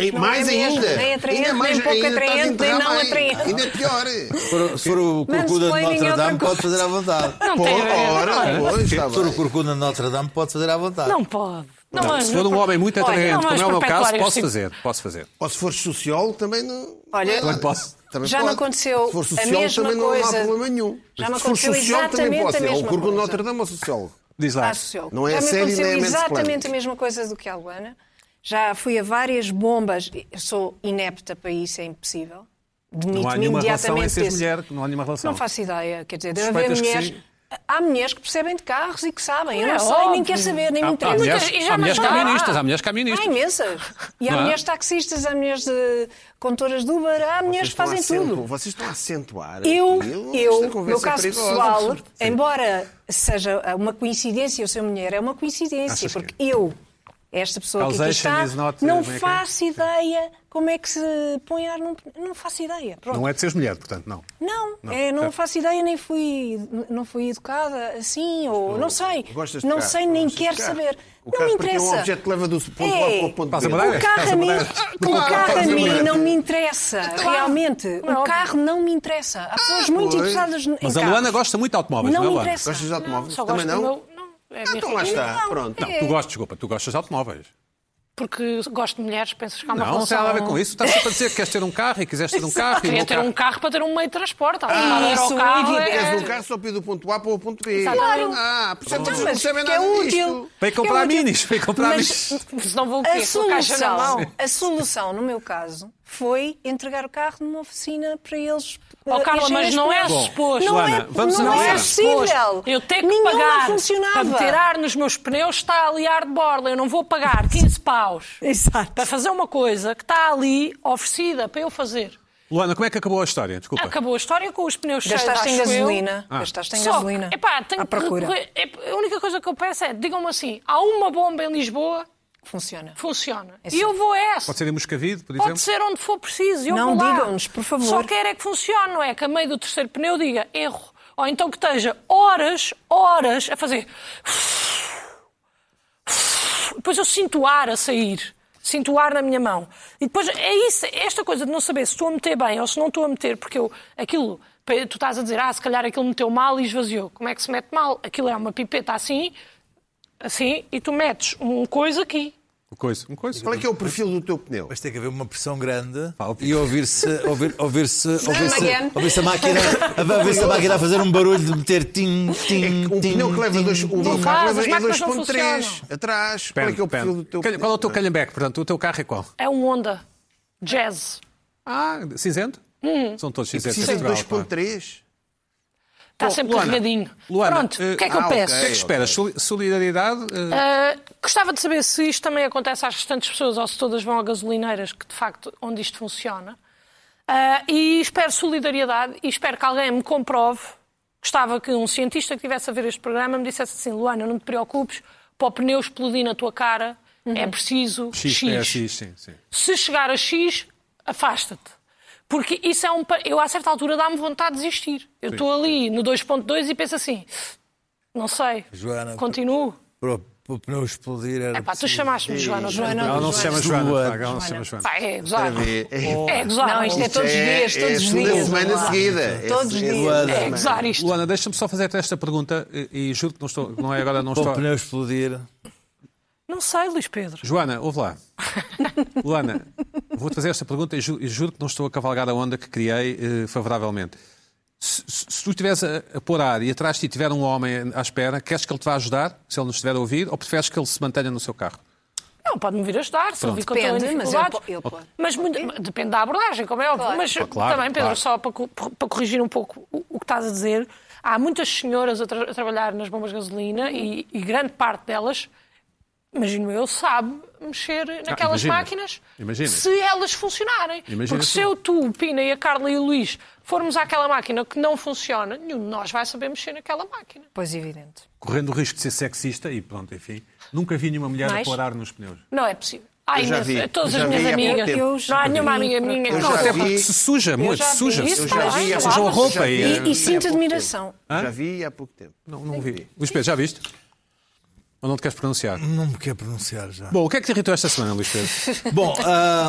Speaker 3: E
Speaker 2: Não
Speaker 3: mais
Speaker 2: é mesmo,
Speaker 3: ainda.
Speaker 2: nem atraente,
Speaker 3: ainda mais,
Speaker 2: nem pouco
Speaker 3: ainda estás a
Speaker 2: atraente, nem
Speaker 3: enterrar
Speaker 2: não
Speaker 3: bem.
Speaker 2: atraente.
Speaker 3: Ainda é pior.
Speaker 5: Se for- Se for o corcunda de
Speaker 2: Mansplaining é
Speaker 5: Notre
Speaker 2: outra
Speaker 5: Dame,
Speaker 2: coisa.
Speaker 5: pode fazer à vontade.
Speaker 4: Não
Speaker 3: Pô,
Speaker 4: tem a ver.
Speaker 3: ora,
Speaker 4: não,
Speaker 3: pois, está
Speaker 5: Se for o
Speaker 3: bem.
Speaker 5: corcunda de Notre Dame, pode fazer à vontade.
Speaker 4: não pode. Não,
Speaker 1: Não,
Speaker 4: mas-
Speaker 1: se for um homem muito
Speaker 4: Olha,
Speaker 1: atraente,
Speaker 4: não,
Speaker 1: como
Speaker 4: mas
Speaker 1: é o meu caso,
Speaker 4: perpetuar
Speaker 1: posso
Speaker 4: este-
Speaker 1: fazer. Posso fazer.
Speaker 3: Ou se for sociólogo, também não.
Speaker 2: Olha,
Speaker 3: não é nada.
Speaker 1: Também posso.
Speaker 3: Também
Speaker 2: Já me
Speaker 3: pode.
Speaker 2: aconteceu
Speaker 3: Se for
Speaker 2: a
Speaker 3: sociólogo,
Speaker 2: mesma
Speaker 3: também não
Speaker 2: coisa.
Speaker 3: há problema nenhum.
Speaker 2: Já me
Speaker 3: se for
Speaker 2: aconteceu
Speaker 3: sociólogo, também
Speaker 2: exatamente
Speaker 3: posso.
Speaker 2: a
Speaker 3: É o
Speaker 2: mesma
Speaker 3: corpo de
Speaker 2: coisa.
Speaker 3: Notre Dame ou sociólogo.
Speaker 1: Diz lá.
Speaker 2: Ah, sociólogo.
Speaker 3: Não é
Speaker 2: Já me
Speaker 3: sério,
Speaker 2: aconteceu
Speaker 3: nem é mansplaining.
Speaker 2: exatamente a mesma coisa do que a Luana. Já fui a várias bombas. Eu sou inepta para isso, é impossível. Demito-me
Speaker 1: Não há nenhuma relação em
Speaker 2: imediatamente
Speaker 1: seres
Speaker 2: desse.
Speaker 1: mulher, não há nenhuma relação.
Speaker 2: Não faço ideia. Quer dizer, deve haver
Speaker 1: Suspeitas que
Speaker 2: mulheres...
Speaker 1: sim?
Speaker 2: Há mulheres que percebem de carros e que sabem. Eu
Speaker 4: É
Speaker 2: não sei, nem
Speaker 4: óbvio.
Speaker 2: quero saber, nem me
Speaker 1: Há, há
Speaker 2: interessa.
Speaker 1: mulheres,
Speaker 4: e já
Speaker 1: há mulheres
Speaker 4: me mandaram-
Speaker 1: caministas, há
Speaker 4: Ah,
Speaker 1: mulheres
Speaker 2: Há
Speaker 1: caministas.
Speaker 2: imensas. E há
Speaker 1: Não é?
Speaker 2: mulheres taxistas, há mulheres de condutoras de Uber, há mulheres que fazem
Speaker 3: Vocês estão a acentu-
Speaker 2: tudo.
Speaker 3: Vocês estão a acentuar.
Speaker 2: Eu,
Speaker 3: aquilo. Esta
Speaker 2: eu,
Speaker 3: conversa
Speaker 2: meu caso
Speaker 3: é perigosa.
Speaker 2: pessoal, embora seja uma coincidência eu ser mulher, é uma coincidência,
Speaker 1: Achas que
Speaker 2: porque eu, esta pessoa que aqui
Speaker 1: Causation
Speaker 2: está,
Speaker 1: is not,
Speaker 2: não
Speaker 1: como é que é?
Speaker 2: faço ideia como é que se põe ar num... Não faço ideia, pronto.
Speaker 1: Não é de seres mulher, portanto, não.
Speaker 2: Não,
Speaker 1: Não,
Speaker 2: é, não
Speaker 3: tá.
Speaker 1: certo.
Speaker 2: faço ideia, nem fui, não fui educada assim, ou não sei.
Speaker 3: Gostas de
Speaker 2: Não
Speaker 3: carro?
Speaker 2: sei, nem
Speaker 3: Gostas de
Speaker 2: quero
Speaker 3: carro?
Speaker 2: saber.
Speaker 3: O
Speaker 2: não
Speaker 3: carro
Speaker 2: me
Speaker 3: para ti é um
Speaker 2: interessa.
Speaker 3: objeto que leva do ponto
Speaker 2: É.
Speaker 3: A ao ponto B.
Speaker 1: Passa a madeira?
Speaker 2: O carro a mim,
Speaker 1: Passa
Speaker 2: o
Speaker 3: madeira.
Speaker 2: carro a
Speaker 3: Passa
Speaker 2: mim
Speaker 3: madeira.
Speaker 2: não me interessa, realmente. O
Speaker 4: óbvio.
Speaker 2: carro não me interessa. Há pessoas muito
Speaker 3: é Ah, pois.
Speaker 2: interessadas em
Speaker 1: Mas a
Speaker 2: carros.
Speaker 1: Luana gosta muito de automóveis, não,
Speaker 2: Não
Speaker 1: é,
Speaker 2: me
Speaker 1: Luana?
Speaker 2: interessa.
Speaker 3: Gostas de automóveis?
Speaker 4: Só
Speaker 3: Também
Speaker 4: gosto do
Speaker 3: não?
Speaker 4: meu- Não, é
Speaker 3: Ah, Então lá está. Pronto.
Speaker 1: Não, tu gostas, desculpa, tu gostas de automóveis.
Speaker 4: Porque gosto de mulheres, pensas que há uma
Speaker 1: Não, não tem
Speaker 4: relação...
Speaker 1: nada a ver com isso. Estás sempre a dizer que queres ter um carro e quiseste ter um carro. e o
Speaker 4: Queria
Speaker 1: meu
Speaker 4: ter
Speaker 1: carro.
Speaker 4: um carro para ter um meio de transporte.
Speaker 2: Ah,
Speaker 4: Ah,
Speaker 2: isso,
Speaker 4: o carro
Speaker 2: evidente.
Speaker 4: é...
Speaker 3: Queres um carro só para ir do ponto A para o ponto B.
Speaker 4: Claro.
Speaker 3: Ah, por isso é que
Speaker 2: Então,
Speaker 3: vocês não
Speaker 2: mas
Speaker 3: percebem
Speaker 2: que é
Speaker 3: nada
Speaker 2: útil.
Speaker 3: disto. é
Speaker 1: Vem comprar
Speaker 2: Que é útil.
Speaker 1: minis, vem comprar
Speaker 2: Mas
Speaker 1: minis.
Speaker 4: Senão vou o
Speaker 2: A
Speaker 4: quê? Com a caixa na
Speaker 2: solução,
Speaker 4: mão.
Speaker 2: a solução, no meu caso, foi entregar o carro numa oficina para eles. eh,
Speaker 4: Ó, Oh, Carla,
Speaker 2: encherem
Speaker 4: mas
Speaker 2: as
Speaker 4: não é
Speaker 2: pneus.
Speaker 4: suposto.
Speaker 2: Não
Speaker 1: Joana,
Speaker 2: é,
Speaker 1: vamos
Speaker 2: não é
Speaker 1: analisar.
Speaker 2: possível.
Speaker 4: Eu tenho que
Speaker 2: Nenhuma
Speaker 4: pagar
Speaker 2: funcionava.
Speaker 4: para meter ar nos meus pneus, está ali ar de borla. Eu não vou pagar 15 paus
Speaker 6: Exato.
Speaker 4: para fazer uma coisa que está ali oferecida para eu fazer.
Speaker 1: Luana, como é que acabou a história? Desculpa.
Speaker 4: Acabou a história com os pneus cheios,
Speaker 2: Gastaste em
Speaker 4: acho eu.
Speaker 2: gasolina.
Speaker 1: Ah.
Speaker 2: Gastaste em
Speaker 4: Só que,
Speaker 2: gasolina.
Speaker 4: epá, tenho
Speaker 2: à
Speaker 4: que
Speaker 2: procura.
Speaker 4: recorrer- ep- a única coisa que eu peço é, digam-me assim, há uma bomba em Lisboa
Speaker 2: Funciona.
Speaker 4: que funciona.
Speaker 2: É
Speaker 4: e eu vou a essa.
Speaker 1: Pode ser em Moscavide, por exemplo?
Speaker 4: Pode ser onde for preciso. Eu
Speaker 2: Não
Speaker 4: vou lá.
Speaker 2: digam-nos, por favor.
Speaker 4: Só quero é que funcione, não é? Que a meio do terceiro pneu diga erro. Ou então que esteja horas, horas a fazer. Depois eu sinto o ar a sair. Sinto o ar na minha mão. E depois é isso, é esta coisa de não saber se estou a meter bem ou se não estou a meter, porque eu, aquilo, tu estás a dizer, ah, se calhar aquilo meteu mal e esvaziou. Como é que se mete mal? Aquilo é uma pipeta assim, assim, e tu metes um coisa aqui.
Speaker 1: Uma coisa. Uma coisa.
Speaker 3: Qual é que é o perfil do teu pneu?
Speaker 5: Mas tem que haver uma pressão grande
Speaker 1: Falta.
Speaker 5: e ouvir-se ouvir, ouvir -se, ouvir -se,
Speaker 2: again.
Speaker 5: ouvir -se a máquina a, ouvir -se a máquina a fazer um barulho de
Speaker 1: É
Speaker 5: meter tim, tim,
Speaker 3: Um
Speaker 5: tim,
Speaker 3: pneu que leva
Speaker 5: tim,
Speaker 3: dois, o meu
Speaker 4: Não
Speaker 3: carro
Speaker 4: faz,
Speaker 3: leva
Speaker 4: as
Speaker 3: é
Speaker 4: máquinas não
Speaker 3: 2.3
Speaker 4: funcionam.
Speaker 3: atrás. Qual é
Speaker 1: Pera,
Speaker 3: que é o
Speaker 1: pera.
Speaker 3: perfil do teu
Speaker 1: Calha-
Speaker 3: pneu?
Speaker 1: Qual é o teu calhambeque? Portanto, o teu carro é qual?
Speaker 4: É um Honda. Jazz.
Speaker 1: Ah, cinzento?
Speaker 3: Hum.
Speaker 1: São todos cinzentos. em
Speaker 3: Precisa de
Speaker 1: Portugal, pá.
Speaker 3: 2.3.
Speaker 4: Está
Speaker 1: Bom,
Speaker 4: Tá sempre
Speaker 1: Luana,
Speaker 4: carregadinho.
Speaker 1: Luana,
Speaker 4: Pronto,
Speaker 1: eh,
Speaker 4: o que é que
Speaker 3: ah,
Speaker 4: eu peço?
Speaker 1: O que é que esperas? Soli- Solidariedade? eh,
Speaker 4: Ah, gostava de saber se isto também acontece às restantes pessoas ou se todas vão a gasolineiras, que de facto onde isto funciona. Ah, e espero solidariedade e espero que alguém me comprove. Gostava que um cientista que estivesse a ver este programa me dissesse assim: Luana, não te preocupes, para o pneu explodir na tua cara é preciso X.
Speaker 1: Uhum. X, é, X, sim, sim.
Speaker 4: se chegar a X, afasta-te. Porque isso é um. pa- Eu, a certa altura, dá-me vontade de desistir. Eu estou ali no 2.2 e penso assim: não sei,
Speaker 5: Joana,
Speaker 4: continuo.
Speaker 5: Para o- para o pneu explodir era
Speaker 4: É pá, tu
Speaker 5: preciso-
Speaker 4: chamaste-me Joana. Joana.
Speaker 1: Ela não se chama
Speaker 5: Joana.
Speaker 1: Joana, pá, ela não se chama Joana.
Speaker 4: Pá, é gozar. É gozar.
Speaker 2: Não, isto é todos os
Speaker 3: É,
Speaker 2: dias, todos
Speaker 3: é
Speaker 2: os
Speaker 3: segunda
Speaker 2: dias.
Speaker 3: semana
Speaker 2: Olá.
Speaker 3: seguida. É
Speaker 2: Todos os
Speaker 3: segunda
Speaker 2: dias.
Speaker 3: semana.
Speaker 4: É gozar isto.
Speaker 1: Luana, deixa-me só fazer-te esta pergunta e, e juro que não, estou, não é agora, não
Speaker 5: Para
Speaker 1: estou.
Speaker 5: o pneu explodir.
Speaker 4: Não sei, Luís Pedro.
Speaker 1: Joana, ouve lá. Luana, vou-te fazer esta pergunta e ju- e juro, que não estou a cavalgar a onda que criei eh, favoravelmente. Se, se- se tu estiveres a, a pôr ar e atrás de ti tiver um homem à espera, queres que ele te vá ajudar, se ele nos estiver a ouvir, ou preferes que ele se mantenha no seu carro?
Speaker 4: Não, pode-me vir ajudar, se eu vi que eu estou em
Speaker 2: Depende, mas ele,
Speaker 4: dificuldades.
Speaker 2: po- ele pode.
Speaker 4: Mas muito- mas depende da abordagem, como é óbvio.
Speaker 2: Claro.
Speaker 4: Mas
Speaker 1: claro,
Speaker 4: também, Pedro,
Speaker 1: claro.
Speaker 4: só para, co- para corrigir um pouco o, o que estás a dizer, há muitas senhoras a, tra- a trabalhar nas bombas de gasolina e, e grande parte delas, imagino eu, sabe mexer
Speaker 3: Ah,
Speaker 4: naquelas
Speaker 1: imagina.
Speaker 4: máquinas
Speaker 1: Imagina.
Speaker 4: se elas funcionarem.
Speaker 1: Imagina
Speaker 4: Porque
Speaker 1: tu.
Speaker 4: se eu, tu, o Pina e a Carla e o Luís formos àquela máquina que não funciona, nenhum de nós vai saber mexer naquela máquina.
Speaker 2: Pois evidente.
Speaker 1: Correndo o risco de ser sexista e pronto, enfim. Nunca vi nenhuma mulher
Speaker 2: Mais?
Speaker 1: a pôr ar nos pneus.
Speaker 4: Não é possível. Há
Speaker 3: Eu já vi.
Speaker 4: imenso- Todas
Speaker 3: Eu
Speaker 4: as
Speaker 3: já vi
Speaker 4: minhas
Speaker 3: há pouco
Speaker 4: amigas.
Speaker 3: tempo.
Speaker 2: Eu
Speaker 4: Não
Speaker 2: já
Speaker 4: há
Speaker 2: vi.
Speaker 4: nenhuma amiga minha.
Speaker 3: Eu
Speaker 4: Não,
Speaker 1: Não,
Speaker 3: já
Speaker 1: até
Speaker 3: vi.
Speaker 1: porque se suja muito,
Speaker 2: já vi
Speaker 1: suja.
Speaker 2: isso,
Speaker 1: se-
Speaker 2: tá bem,
Speaker 1: suja,
Speaker 2: claro.
Speaker 1: sujam a roupa
Speaker 3: Já vi.
Speaker 1: e.
Speaker 2: E,
Speaker 1: eh,
Speaker 2: e sinto admiração.
Speaker 3: Já vi há pouco tempo.
Speaker 1: Não, não vi. Luís Pedro, já viste? Ou não te queres pronunciar?
Speaker 5: Não me quer pronunciar já.
Speaker 1: Bom, o que é que te irritou esta semana, Luís Pedro?
Speaker 5: Bom, ah,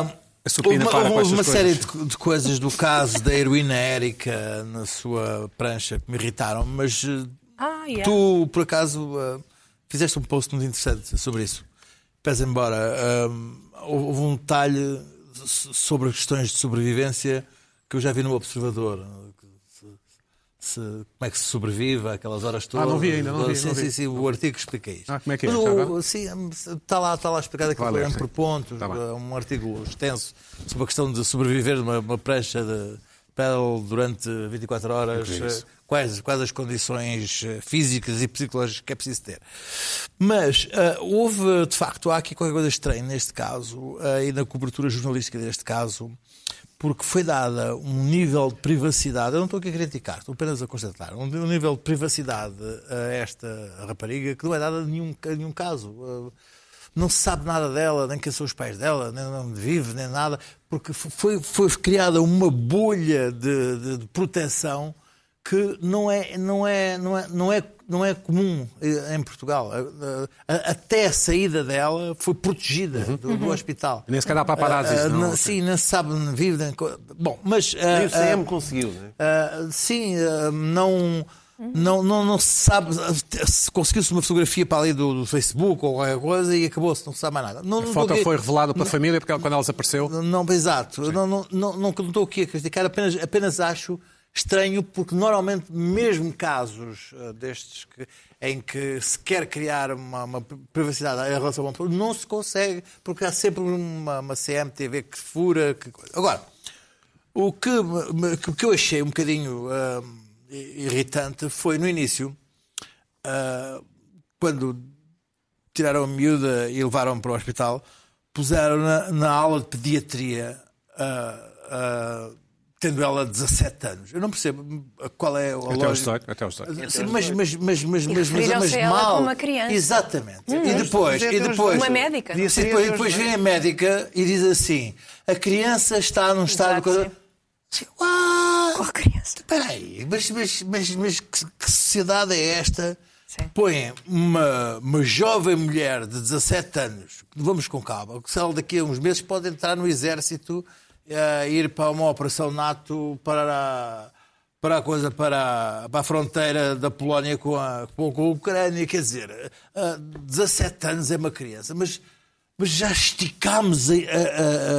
Speaker 1: A
Speaker 5: houve
Speaker 1: supina
Speaker 5: uma,
Speaker 1: para com
Speaker 5: houve
Speaker 1: estas
Speaker 5: uma
Speaker 1: coisas.
Speaker 5: série de, co- de coisas do caso da heroína Érica na sua prancha que me irritaram, mas eh,
Speaker 4: Ah, yeah.
Speaker 5: tu, por acaso, ah, fizeste um post muito interessante sobre isso. Pese embora, ah, houve houve um detalhe so- sobre questões de sobrevivência que eu já vi no Observador. Se- como é que se sobrevive àquelas horas todas?
Speaker 1: Ah, não vi ainda, não vi,
Speaker 5: Sim,
Speaker 1: não vi.
Speaker 5: sim, sim, o artigo explica isto.
Speaker 1: Ah, como é que é?
Speaker 5: Mas
Speaker 1: Já
Speaker 5: o-
Speaker 1: agora?
Speaker 5: Sim, está lá, está lá explicado aquilo
Speaker 1: Vale,
Speaker 5: é
Speaker 1: sim.
Speaker 5: por pontos,
Speaker 1: Tá bem.
Speaker 5: é um artigo extenso sobre a questão de sobreviver numa uma prancha de pedal durante 24 horas, eh, quais, quais as condições eh, físicas e psicológicas que é preciso ter. Mas ah, houve, de facto, há aqui qualquer coisa estranha neste caso ah, e na cobertura jornalística deste caso, porque foi dada um nível de privacidade, eu não estou aqui a criticar, estou apenas a constatar, um, um nível de privacidade eh, a esta rapariga que não é dada a nenhum, a nenhum caso. Ah, não se sabe nada dela, nem quem são os pais dela, nem onde vive, nem nada, porque fo- foi, foi criada uma bolha de, de- de proteção que não é, não é, não é, não é, não é comum eh, em Portugal. Eh, eh, Até a saída dela foi protegida do, do hospital.
Speaker 1: Uhum. Nem sequer dá paparazzi,
Speaker 5: Ah, ah,
Speaker 1: não,
Speaker 5: não-
Speaker 1: ok.
Speaker 5: Sim, não se sabe, não vive. nem co- Bom, mas. ah,
Speaker 1: eh,
Speaker 3: E o
Speaker 5: ah,
Speaker 3: CM conseguiu, não é?
Speaker 5: Uh, sim, uh, não, não, não, não se sabe uh, se conseguiu-se uma fotografia para ali do, do Facebook ou qualquer coisa e acabou-se, não se sabe mais nada. Não,
Speaker 1: A
Speaker 5: Um não
Speaker 1: foto
Speaker 5: estou aqui-
Speaker 1: foi revelada pela família é porque ela- quando ela desapareceu.
Speaker 5: Não, exato. Não, não, não, não estou aqui a criticar, apenas, apenas acho estranho, porque normalmente, mesmo casos eh, destes que- em que se quer criar uma, uma privacidade em relação a uma pessoa, não se consegue, porque há sempre uma, uma CMTV que fura. Que... coisa. Agora, o que, me- me- que- que eu achei um bocadinho ah, i- irritante foi no início, ah, quando tiraram a miúda e levaram para o hospital, puseram na, na aula de pediatria, ah, ah, tendo ela 17 anos. Eu não percebo qual é
Speaker 1: Até
Speaker 5: a
Speaker 1: aos
Speaker 5: lógica.
Speaker 1: 18, até aos 18.
Speaker 5: Sim, mas, mas, mas, mas, mas, mas,
Speaker 2: referiram-se
Speaker 5: mas
Speaker 2: a ela
Speaker 5: mal.
Speaker 2: como uma criança. Hum.
Speaker 5: Exatamente. E depois, e
Speaker 3: Devia ter
Speaker 5: depois.
Speaker 2: uma médica, não?
Speaker 5: E assim, depois, depois vem a médica e diz assim: a criança está num estado.
Speaker 2: Exato,
Speaker 5: coisa-
Speaker 2: sim.
Speaker 5: Sim, uau!
Speaker 2: Qual criança?
Speaker 5: Espera aí, mas, mas, mas, mas que, que sociedade é esta?
Speaker 2: Sim.
Speaker 5: Põe uma, uma jovem mulher de 17 anos, vamos com calma, que se ela daqui a uns meses pode entrar no exército, eh, ir para uma operação NATO para a, para a coisa, para a, para a fronteira da Polónia com a, com a Ucrânia, quer dizer, eh, 17 anos é uma criança, mas mas já esticámos a, a-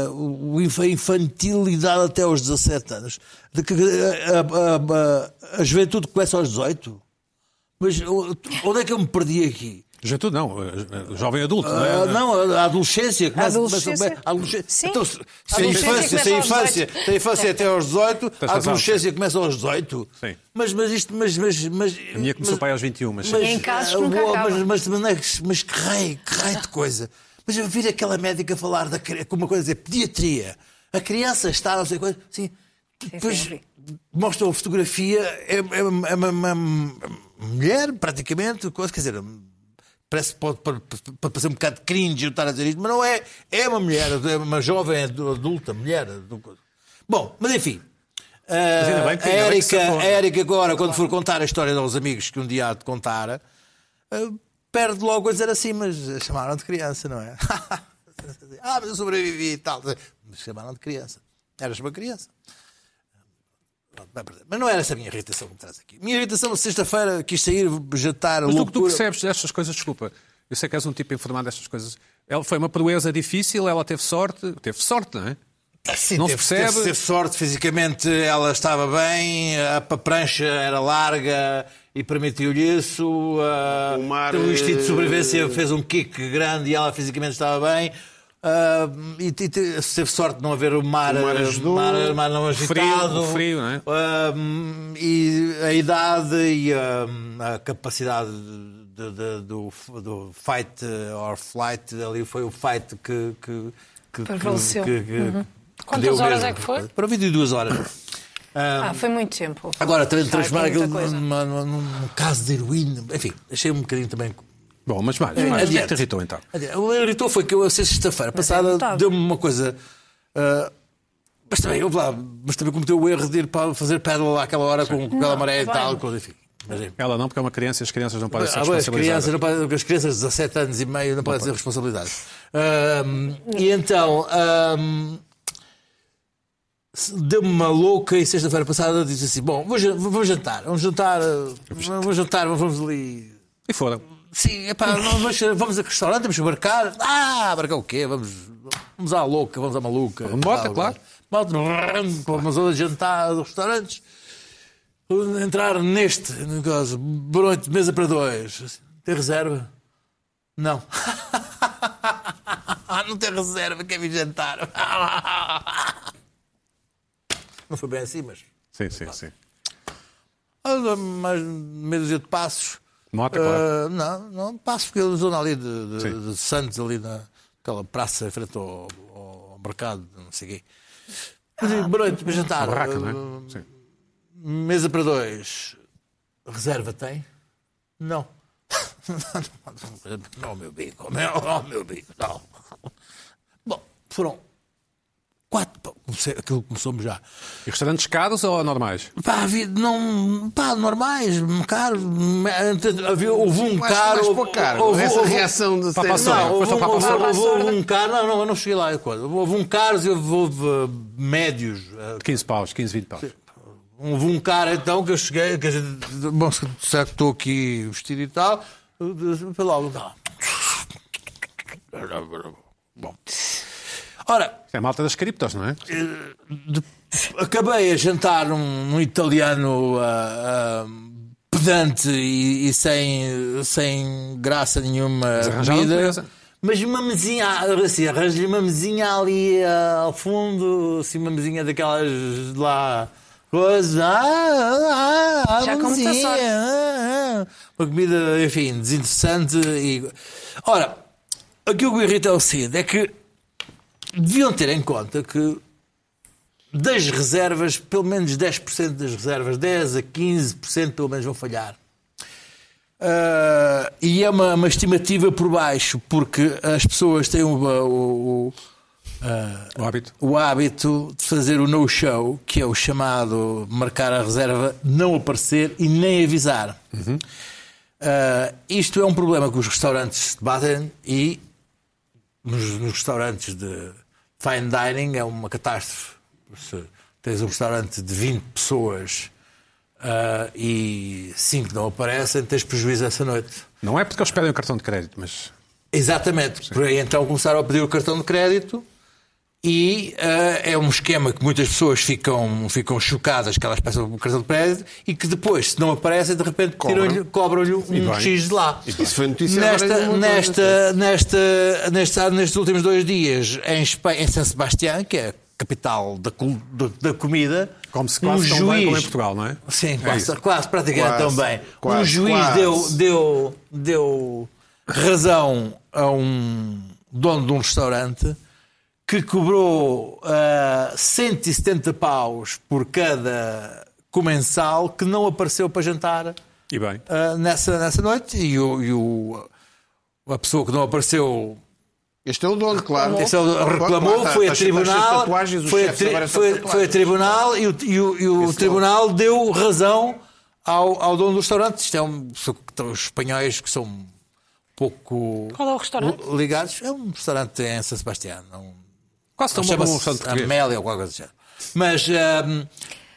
Speaker 5: a- o inf- a infantilidade até aos 17 anos. De que a, a- a- a juventude começa aos 18. Mas o- onde é que eu me perdi aqui?
Speaker 1: Já é tudo não, eh, jovem adulto, não é?
Speaker 5: Ah, não, a adolescência. Começa,
Speaker 2: adolescência?
Speaker 5: começa- a adolescência.
Speaker 2: Sim.
Speaker 5: Então, se, se
Speaker 2: A
Speaker 5: a
Speaker 2: adolescência
Speaker 5: infância, se a
Speaker 2: começa aos
Speaker 5: infância,
Speaker 2: 18.
Speaker 5: se a infância é até aos 18, a
Speaker 1: razão.
Speaker 5: adolescência começa aos 18.
Speaker 1: Sim.
Speaker 5: Mas, mas isto, mas, mas, mas,
Speaker 1: A minha começou
Speaker 5: mas-
Speaker 1: para aí aos 21, mas,
Speaker 2: em casos que
Speaker 5: ah,
Speaker 2: nunca
Speaker 5: boa,
Speaker 2: acabam.
Speaker 5: Mas, mas, mas, mas que raio, que raio de coisa. Mas eu vir aquela médica falar da, cri- com uma coisa, dizer pediatria, a criança está, não sei coisa, assim, depois
Speaker 2: sim,
Speaker 5: mostram a fotografia, é, é uma- é uma, uma- uma mulher, praticamente, coisa, quer dizer, parece que pode, pode, pode parecer um bocado cringe eu estar a dizer isto, mas não é, é uma mulher, é uma jovem adu- adulta, mulher. do- Bom, mas enfim.
Speaker 1: Mas ainda bem que- ainda bem
Speaker 5: a
Speaker 1: que
Speaker 5: Érica,
Speaker 1: se safou.
Speaker 5: a Érica agora, quando for contar a história aos amigos que um dia há de contar, eh, perde logo a dizer assim, mas chamaram de criança, não é? ah, mas eu sobrevivi e tal. Mas chamaram de criança. Eras uma criança. Pronto, vai perder. Mas não era essa a minha irritação que me traz aqui. Minha irritação, sexta-feira, quis sair jantar
Speaker 1: Mas tu,
Speaker 5: loucura.
Speaker 1: tu percebes destas coisas, desculpa. Eu sei que és um tipo informado destas coisas. Ela foi uma proeza difícil, ela teve sorte. Teve sorte, não é?
Speaker 5: Ah, Sim,
Speaker 1: Não
Speaker 5: teve,
Speaker 1: se percebe.
Speaker 5: Teve, teve sorte fisicamente, ela estava bem, a pa- prancha era larga e permitiu-lhe isso. ah,
Speaker 3: O mar,
Speaker 5: teve um instinto de
Speaker 3: eh,
Speaker 5: sobrevivência fez um kick grande e ela fisicamente estava bem. ah, e te- te- teve sorte de não haver o mar, ah,
Speaker 3: mar ajudou.
Speaker 5: mar- mar não agitado.
Speaker 1: o frio, não é?
Speaker 5: Ah, e a idade e ah, a capacidade de- de- do, do fight or flight, ali foi o fight que- que- que-
Speaker 2: Prevaleceu.
Speaker 5: que- que- que
Speaker 4: Quantas
Speaker 5: deu
Speaker 4: horas
Speaker 5: mesmo.
Speaker 4: é que foi?
Speaker 5: Para 22 horas.
Speaker 2: Ah, foi muito tempo.
Speaker 5: Agora, tra- transformar
Speaker 2: tem muita
Speaker 5: aquilo
Speaker 2: coisa.
Speaker 5: numa- numa- num caso de heroína. Enfim, achei um bocadinho também.
Speaker 1: Bom, mas mais. mais. O que é que te
Speaker 5: Adiante.
Speaker 1: irritou então?
Speaker 5: Adiante. O que me irritou foi que eu, a sexta-feira passada,
Speaker 2: notável.
Speaker 5: deu-me uma coisa. ah, mas também, eu lá, mas também cometeu o erro de ir para fazer pedal àquela hora com, com aquela maré e
Speaker 2: bem.
Speaker 5: tal. coisa, Enfim. Mas, enfim.
Speaker 1: Ela não, porque é uma criança e as crianças não podem ser
Speaker 5: Ah, bem, as,
Speaker 1: responsabilizadas.
Speaker 5: crianças não podem- as crianças de 17 anos e meio não podem ser responsabilidades. Ahm, e então, ahm, se- deu-me uma louca e sexta-feira passada disse assim: Bom, vou, ja- vou jantar, vamos jantar, eh, vou jantar, vamos ali.
Speaker 1: E foram.
Speaker 5: Sim, epá, não, mas vamos a restaurante, vamos marcar. Ah, marcar o quê? Vamos, vamos à louca, vamos à maluca.
Speaker 1: Vamos embora, claro.
Speaker 5: Bota, brrr, para uma zona de jantar, de restaurantes. Entrar neste negócio, bronte, mesa para dois. Assim, Tem reserva? Não. não tem reserva, quer vir jantar. Não foi bem assim, mas.
Speaker 1: Sim, sim, sim.
Speaker 5: Ah, dá-me Mais meia dúzia de passos.
Speaker 1: Nota, claro.
Speaker 5: Ah, não, não passo porque a zona ali de, de-
Speaker 1: Sim.
Speaker 5: de Santos, ali naquela praça em frente ao, ao mercado, não sei o quê. Mas, boa noite, para jantar.
Speaker 1: Barraca, não
Speaker 5: Ah,
Speaker 1: é? Sim.
Speaker 5: Mesa para dois. Reserva tem? Não. não, meu bico. Não, não, meu bico. Não. Bom, foram quatro. pa- comecei- Aquilo começou-me já.
Speaker 1: E restaurantes caros ou normais?
Speaker 5: Pá, havia, não, pá, normais, caro. Havia, houve um
Speaker 3: Acho que é
Speaker 5: caro.
Speaker 3: mais para o
Speaker 5: houve-
Speaker 3: caro.
Speaker 5: houve-
Speaker 3: Essa
Speaker 5: houve-
Speaker 3: reação de
Speaker 1: Pá, passou.
Speaker 5: não, houve,
Speaker 1: Foste ao
Speaker 5: um,
Speaker 1: Papa
Speaker 5: houve,
Speaker 1: Sorda.
Speaker 5: houve um caro, não, não, eu não cheguei lá. eu quase. Houve um caro e houve, houve, eh, médios. eh,
Speaker 1: 15 paus, 15, 20 paus.
Speaker 5: Houve um cara então que eu cheguei, que a gente, bom, se- será que estou aqui vestido e tal? Eu disse, Foi logo, não. Bom. Ora,
Speaker 1: É a malta das criptos, não é?
Speaker 5: de- Acabei a jantar num, num italiano ah, ah, pedante e, e sem, sem graça nenhuma.
Speaker 1: arranjaram
Speaker 5: comida.
Speaker 1: coisa.
Speaker 5: Mas uma mesinha, assim, arranjo-lhe uma mesinha ali ah, ao fundo, assim, uma mesinha daquelas de lá. Coisa, ah, ah, ah,
Speaker 2: Já
Speaker 5: uma
Speaker 2: com muita
Speaker 5: mesinha,
Speaker 2: sorte.
Speaker 5: ah, ah. Uma comida, enfim, desinteressante. E... Ora, aquilo que me irrita ao Cid é que deviam ter em conta que das reservas, pelo menos 10% das reservas, 10 a 15% pelo menos vão falhar. Ah, e é uma, uma estimativa por baixo, porque as pessoas têm o, o- o-
Speaker 1: O hábito.
Speaker 5: o hábito de fazer o no-show, que é o chamado marcar a reserva, não aparecer e nem avisar. Ah, isto é um problema que os restaurantes se debatem e nos, nos restaurantes de fine dining é uma catástrofe. Se tens um restaurante de 20 pessoas ah, e 5 não aparecem, tens prejuízo essa noite.
Speaker 1: Não é porque eles pedem o cartão de crédito, mas
Speaker 5: Exatamente. Por aí então começaram a pedir o cartão de crédito e ah, é um esquema que muitas pessoas ficam, ficam chocadas que elas peçam o cartão de crédito e que depois, se não aparecem, de repente tiram-lhe- cobram-lhe um
Speaker 1: bem.
Speaker 5: X de lá.
Speaker 3: Isso foi notícia agora de
Speaker 5: Nesta,
Speaker 3: um monte de
Speaker 5: nesta, nesta, nesta, nestes últimos dois dias, em, Espanha, em São Sebastião, que é a capital da, cul- da- da comida,
Speaker 1: come-se quase
Speaker 5: um
Speaker 1: tão
Speaker 5: juiz,
Speaker 1: bem como em Portugal, não é?
Speaker 5: Sim,
Speaker 1: É
Speaker 5: quase,
Speaker 1: isso.
Speaker 5: quase praticamente
Speaker 3: Quase,
Speaker 5: tão bem. um
Speaker 3: quase,
Speaker 5: juiz
Speaker 3: quase.
Speaker 5: Deu, deu, deu razão a um dono de um restaurante que cobrou ah, 170 paus por cada comensal que não apareceu para jantar
Speaker 1: E bem.
Speaker 5: ah, nessa, nessa noite e, o, e o- a pessoa que não apareceu
Speaker 3: Este é o dono, claro.
Speaker 5: esse é o- reclamou,
Speaker 3: Claro, tá,
Speaker 5: foi a
Speaker 3: as- as
Speaker 5: tribunal,
Speaker 3: tatuagens, os
Speaker 5: foi a,
Speaker 3: chefes
Speaker 5: tri-
Speaker 3: agora é são
Speaker 5: foi,
Speaker 3: tatuagens.
Speaker 5: foi a tribunal e o, e o- e
Speaker 3: é
Speaker 5: o tribunal deu razão ao, ao dono do restaurante. Isto é um, são os espanhóis que são um pouco
Speaker 4: Qual é o restaurante?
Speaker 5: li- ligados. É um restaurante em São Sebastião, um,
Speaker 1: Quase tão bom como um restaurante
Speaker 5: chama-se
Speaker 1: português.
Speaker 5: Amélia ou qualquer coisa do género. Mas hum,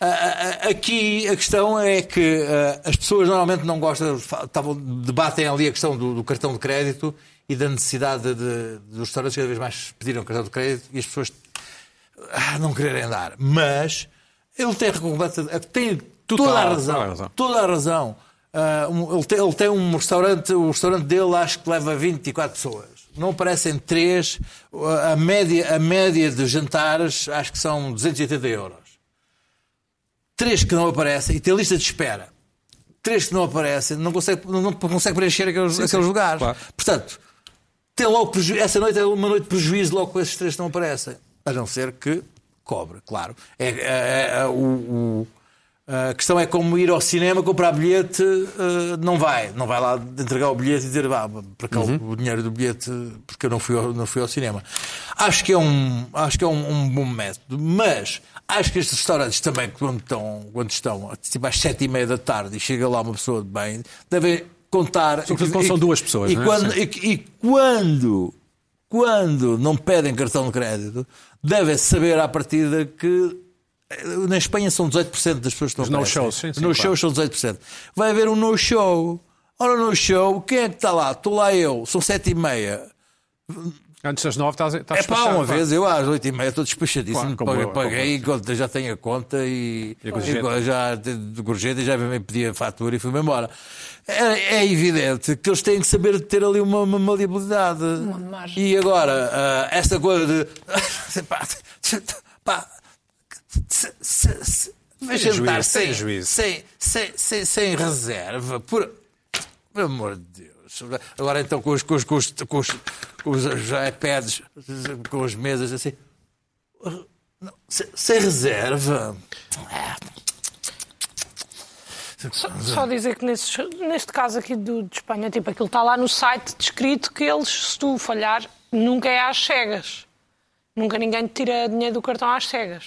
Speaker 5: a- a- a- aqui a questão é que ah, as pessoas normalmente não gostam, fa- estavam- debatem ali a questão do, do cartão de crédito e da necessidade de- de- dos restaurantes cada vez mais pediram cartão de crédito e as pessoas ah, não quererem dar. Mas ele tem recompensa, tem toda a razão.
Speaker 1: toda a razão.
Speaker 5: Toda a razão. Ah, um- ele, tem, ele tem um restaurante, o restaurante dele acho que leva 24 pessoas. Não aparecem três. Ah, A média, a média de jantares acho que são 280 euros. Três que não aparecem e tem lista de espera. Três que não aparecem, não consegue, não, não consegue preencher aqueles, aqueles
Speaker 1: sim,
Speaker 5: lugares.
Speaker 1: claro.
Speaker 5: Portanto, tem logo preju- Essa noite é uma noite de prejuízo logo com esses três que não aparecem. A não ser que cobre, claro. É, é- é- é- o- o- a questão é como ir ao cinema, comprar bilhete, eh, não vai. Não vai lá entregar o bilhete e dizer, vá, para cá
Speaker 1: Uhum.
Speaker 5: o dinheiro do bilhete, porque eu não fui ao, não fui ao cinema. Acho que é, um, acho que é um, um bom método, mas acho que estes restaurantes também, quando estão, quando estão tipo às sete e meia da tarde e chega lá uma pessoa de bem, devem contar...
Speaker 1: Sobretudo
Speaker 5: e-
Speaker 1: quando
Speaker 5: e-
Speaker 1: são duas pessoas,
Speaker 5: e
Speaker 1: não é?
Speaker 5: quando-
Speaker 1: Sim.
Speaker 5: e, e quando, quando não pedem cartão de crédito, devem saber à partida que eh, na Espanha são 18% das pessoas que não
Speaker 1: no
Speaker 5: aparecem.
Speaker 1: shows, sim, sim,
Speaker 5: Os no-shows são 18%. Vai haver um no-show. Ora, no-show, quem é que está lá? Estou lá eu, são 7 e meia.
Speaker 1: Antes das nove estás, estás
Speaker 5: É pá,
Speaker 1: Tá despachado,
Speaker 5: uma
Speaker 1: pá.
Speaker 5: vez, eu às 8 e meia estou despachadíssimo,
Speaker 1: Claro, como
Speaker 5: paguei,
Speaker 1: eu, como
Speaker 5: paguei conta- já tenho a conta e,
Speaker 1: a gorjeta.
Speaker 5: e já de de gorjeta, já me pedi a fatura e fui-me embora. É, é evidente que eles têm que saber ter ali uma, uma maleabilidade.
Speaker 2: margem.
Speaker 5: e agora, ah, esta coisa de. pá, pá, se- se- se- vai
Speaker 1: Sem
Speaker 5: jantar
Speaker 1: juízo, sem
Speaker 5: sem,
Speaker 1: juízo.
Speaker 5: sem, sem, sem, sem reserva, por. Pelo amor de Deus. Agora então com os, com os, com os, com os, com os iPads, com as mesas assim. Não, se- sem reserva.
Speaker 4: Só dizer que nesses- neste caso aqui do, de Espanha, tipo, aquilo está lá no site descrito que eles, se tu falhar, nunca é às cegas. Nunca ninguém te tira dinheiro do cartão às cegas.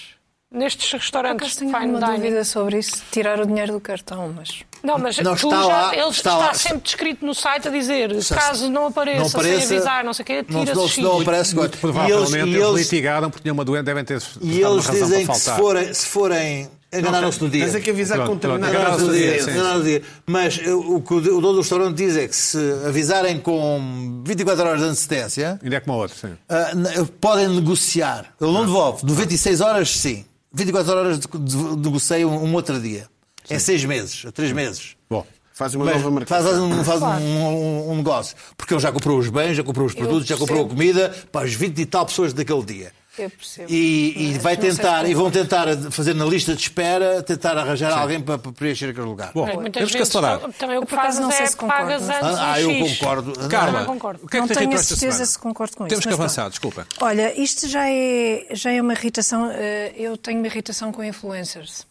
Speaker 4: Nestes
Speaker 2: Por
Speaker 4: restaurantes
Speaker 2: acaso
Speaker 4: de
Speaker 2: tenho
Speaker 4: fine
Speaker 2: alguma
Speaker 4: dining.
Speaker 2: dúvida sobre isso, tirar o dinheiro do cartão, mas
Speaker 4: Não, mas
Speaker 5: Não,
Speaker 4: tu
Speaker 5: está
Speaker 4: já,
Speaker 5: lá,
Speaker 4: ele
Speaker 5: está
Speaker 4: está,
Speaker 5: lá.
Speaker 4: sempre descrito no site a dizer,
Speaker 5: Se-
Speaker 4: caso não apareça,
Speaker 5: apareça,
Speaker 4: sem avisar, não sei o quê,
Speaker 5: não-
Speaker 4: tira-se
Speaker 5: não-
Speaker 4: X.
Speaker 5: se não
Speaker 1: Muito
Speaker 5: aparece, agora. E eles-
Speaker 1: provavelmente
Speaker 5: e
Speaker 1: eles,
Speaker 5: eles-
Speaker 1: litigaram porque tinha uma doença, devem ter
Speaker 5: E
Speaker 1: dado uma
Speaker 5: eles
Speaker 1: razão
Speaker 5: dizem
Speaker 1: para
Speaker 5: que se
Speaker 1: faltar.
Speaker 5: forem, se forem enganaram-se no dia.
Speaker 3: Tens é que avisar
Speaker 1: Pronto,
Speaker 3: com
Speaker 1: pronto,
Speaker 3: determinada
Speaker 1: enganaram-se no dia,
Speaker 3: antecedência.
Speaker 1: sim.
Speaker 5: Enganaram-se no dia. Mas eh, o que o o dono do restaurante diz é que se avisarem com 24 horas de antecedência,
Speaker 1: Ainda é como a outra, sim.
Speaker 5: ah, n- podem negociar. Ele não devolve. 96 horas, sim. 24 horas de- de- negociei um, um outro dia. É seis meses, ou três meses.
Speaker 1: Bom,
Speaker 3: Faz uma
Speaker 5: Mas
Speaker 3: nova
Speaker 5: faz,
Speaker 3: marcação.
Speaker 5: um, faz um- um- um negócio. Porque ele já comprou os bens, já comprou os produtos, já comprou a comida para as 20 e tal pessoas daquele dia.
Speaker 2: Eu percebo.
Speaker 5: E, e
Speaker 2: Mas
Speaker 5: vai
Speaker 2: não sei é
Speaker 5: tentar,
Speaker 2: como.
Speaker 5: e vão tentar fazer na lista de espera, tentar arranjar alguém para para preencher aquele lugar.
Speaker 1: bom
Speaker 4: Mas muitas
Speaker 1: temos que
Speaker 4: vezes
Speaker 1: acelerar.
Speaker 4: só- também o que
Speaker 2: Por acaso
Speaker 4: fazes
Speaker 2: não sei
Speaker 4: é
Speaker 2: se concordo,
Speaker 4: pagas
Speaker 2: mas-
Speaker 4: antes
Speaker 5: Ah,
Speaker 4: um
Speaker 5: eu
Speaker 4: X.
Speaker 5: concordo.
Speaker 1: Carla,
Speaker 4: Não concordo.
Speaker 1: o que é que
Speaker 2: não
Speaker 1: tem
Speaker 2: tenho
Speaker 1: retro
Speaker 2: a
Speaker 1: esta
Speaker 2: certeza
Speaker 1: semana?
Speaker 2: se concordo com
Speaker 1: Temos
Speaker 2: isso.
Speaker 1: que
Speaker 2: mas
Speaker 1: avançar,
Speaker 2: pronto.
Speaker 1: desculpa.
Speaker 2: Olha, isto já é, já é uma irritação. eh, Eu tenho uma irritação com influencers.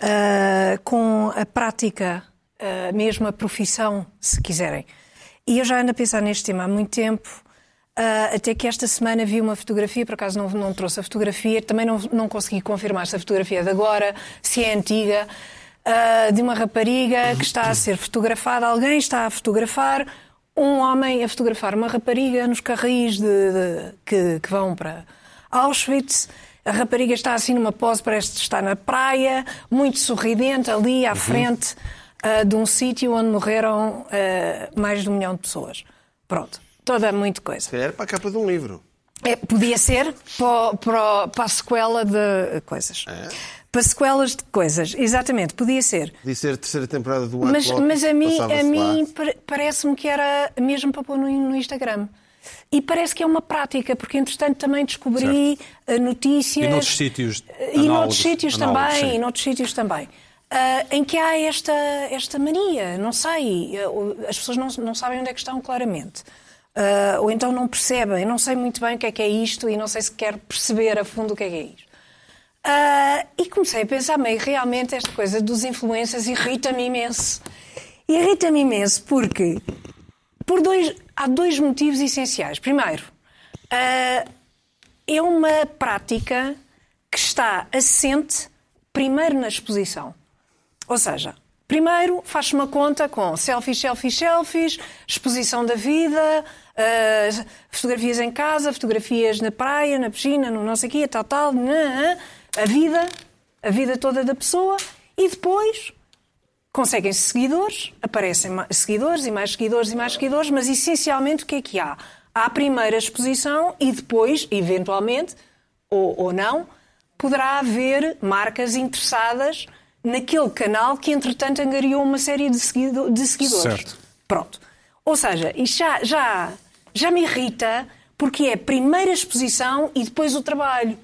Speaker 2: Ah, com a prática, ah, mesmo a profissão, se quiserem. E eu já ando a pensar neste tema há muito tempo. ah, até que esta semana vi uma fotografia, por acaso não, não trouxe a fotografia, também não, não consegui confirmar se a fotografia é de agora, se é antiga, ah, de uma rapariga que está a ser fotografada, alguém está a fotografar, um homem a fotografar uma rapariga nos carris de- de- que- que vão para, Auschwitz. A rapariga está assim numa pose, parece estar na praia, muito sorridente, ali à
Speaker 1: Uhum.
Speaker 2: frente ah, de um sítio onde morreram ah, mais de um milhão de pessoas. Pronto, toda muita coisa.
Speaker 3: Era para a capa de um livro.
Speaker 2: É, podia ser para, o- para, o- para a sequela de coisas.
Speaker 1: É?
Speaker 2: Para sequelas de coisas, exatamente, podia ser.
Speaker 3: Podia ser a terceira temporada
Speaker 1: é
Speaker 3: do
Speaker 2: Mas,
Speaker 3: Outlook,
Speaker 2: mas a mim, a
Speaker 3: passava-se lá.
Speaker 2: mim par- parece-me que era mesmo para pôr no, no Instagram. E parece que é uma prática, porque entretanto também descobri eh, notícias.
Speaker 1: E noutros sítios
Speaker 2: E
Speaker 1: análogos,
Speaker 2: noutros sítios
Speaker 1: análogos,
Speaker 2: também,
Speaker 1: sim.
Speaker 2: e noutros sítios também. ah, em que há esta, esta mania, não sei, ah, o- as pessoas não, não sabem onde é que estão claramente. Ah, ou então não percebem, não sei muito bem o que é que é isto e não sei se quero perceber a fundo o que é que é isto. Ah, e comecei a pensar, meio realmente esta coisa dos influencers irrita-me imenso. Irrita-me imenso porque por dois, há dois motivos essenciais. Primeiro, ah, é uma prática que está assente primeiro na exposição. Ou seja, primeiro faz uma conta com selfies, selfies, selfies, exposição da vida, ah, fotografias em casa, fotografias na praia, na piscina, no não sei o quê, tal, tal, nã, nã, a vida, a vida toda da pessoa e depois conseguem-se seguidores, aparecem ma- seguidores e mais seguidores e mais seguidores, mas essencialmente o que é que há? Há a primeira exposição e depois, eventualmente, ou, ou não, poderá haver marcas interessadas naquele canal que, entretanto, angariou uma série de, seguido- de seguidores.
Speaker 1: Certo.
Speaker 2: Pronto. Ou seja, isto já, já, já me irrita porque é a primeira exposição e depois o trabalho.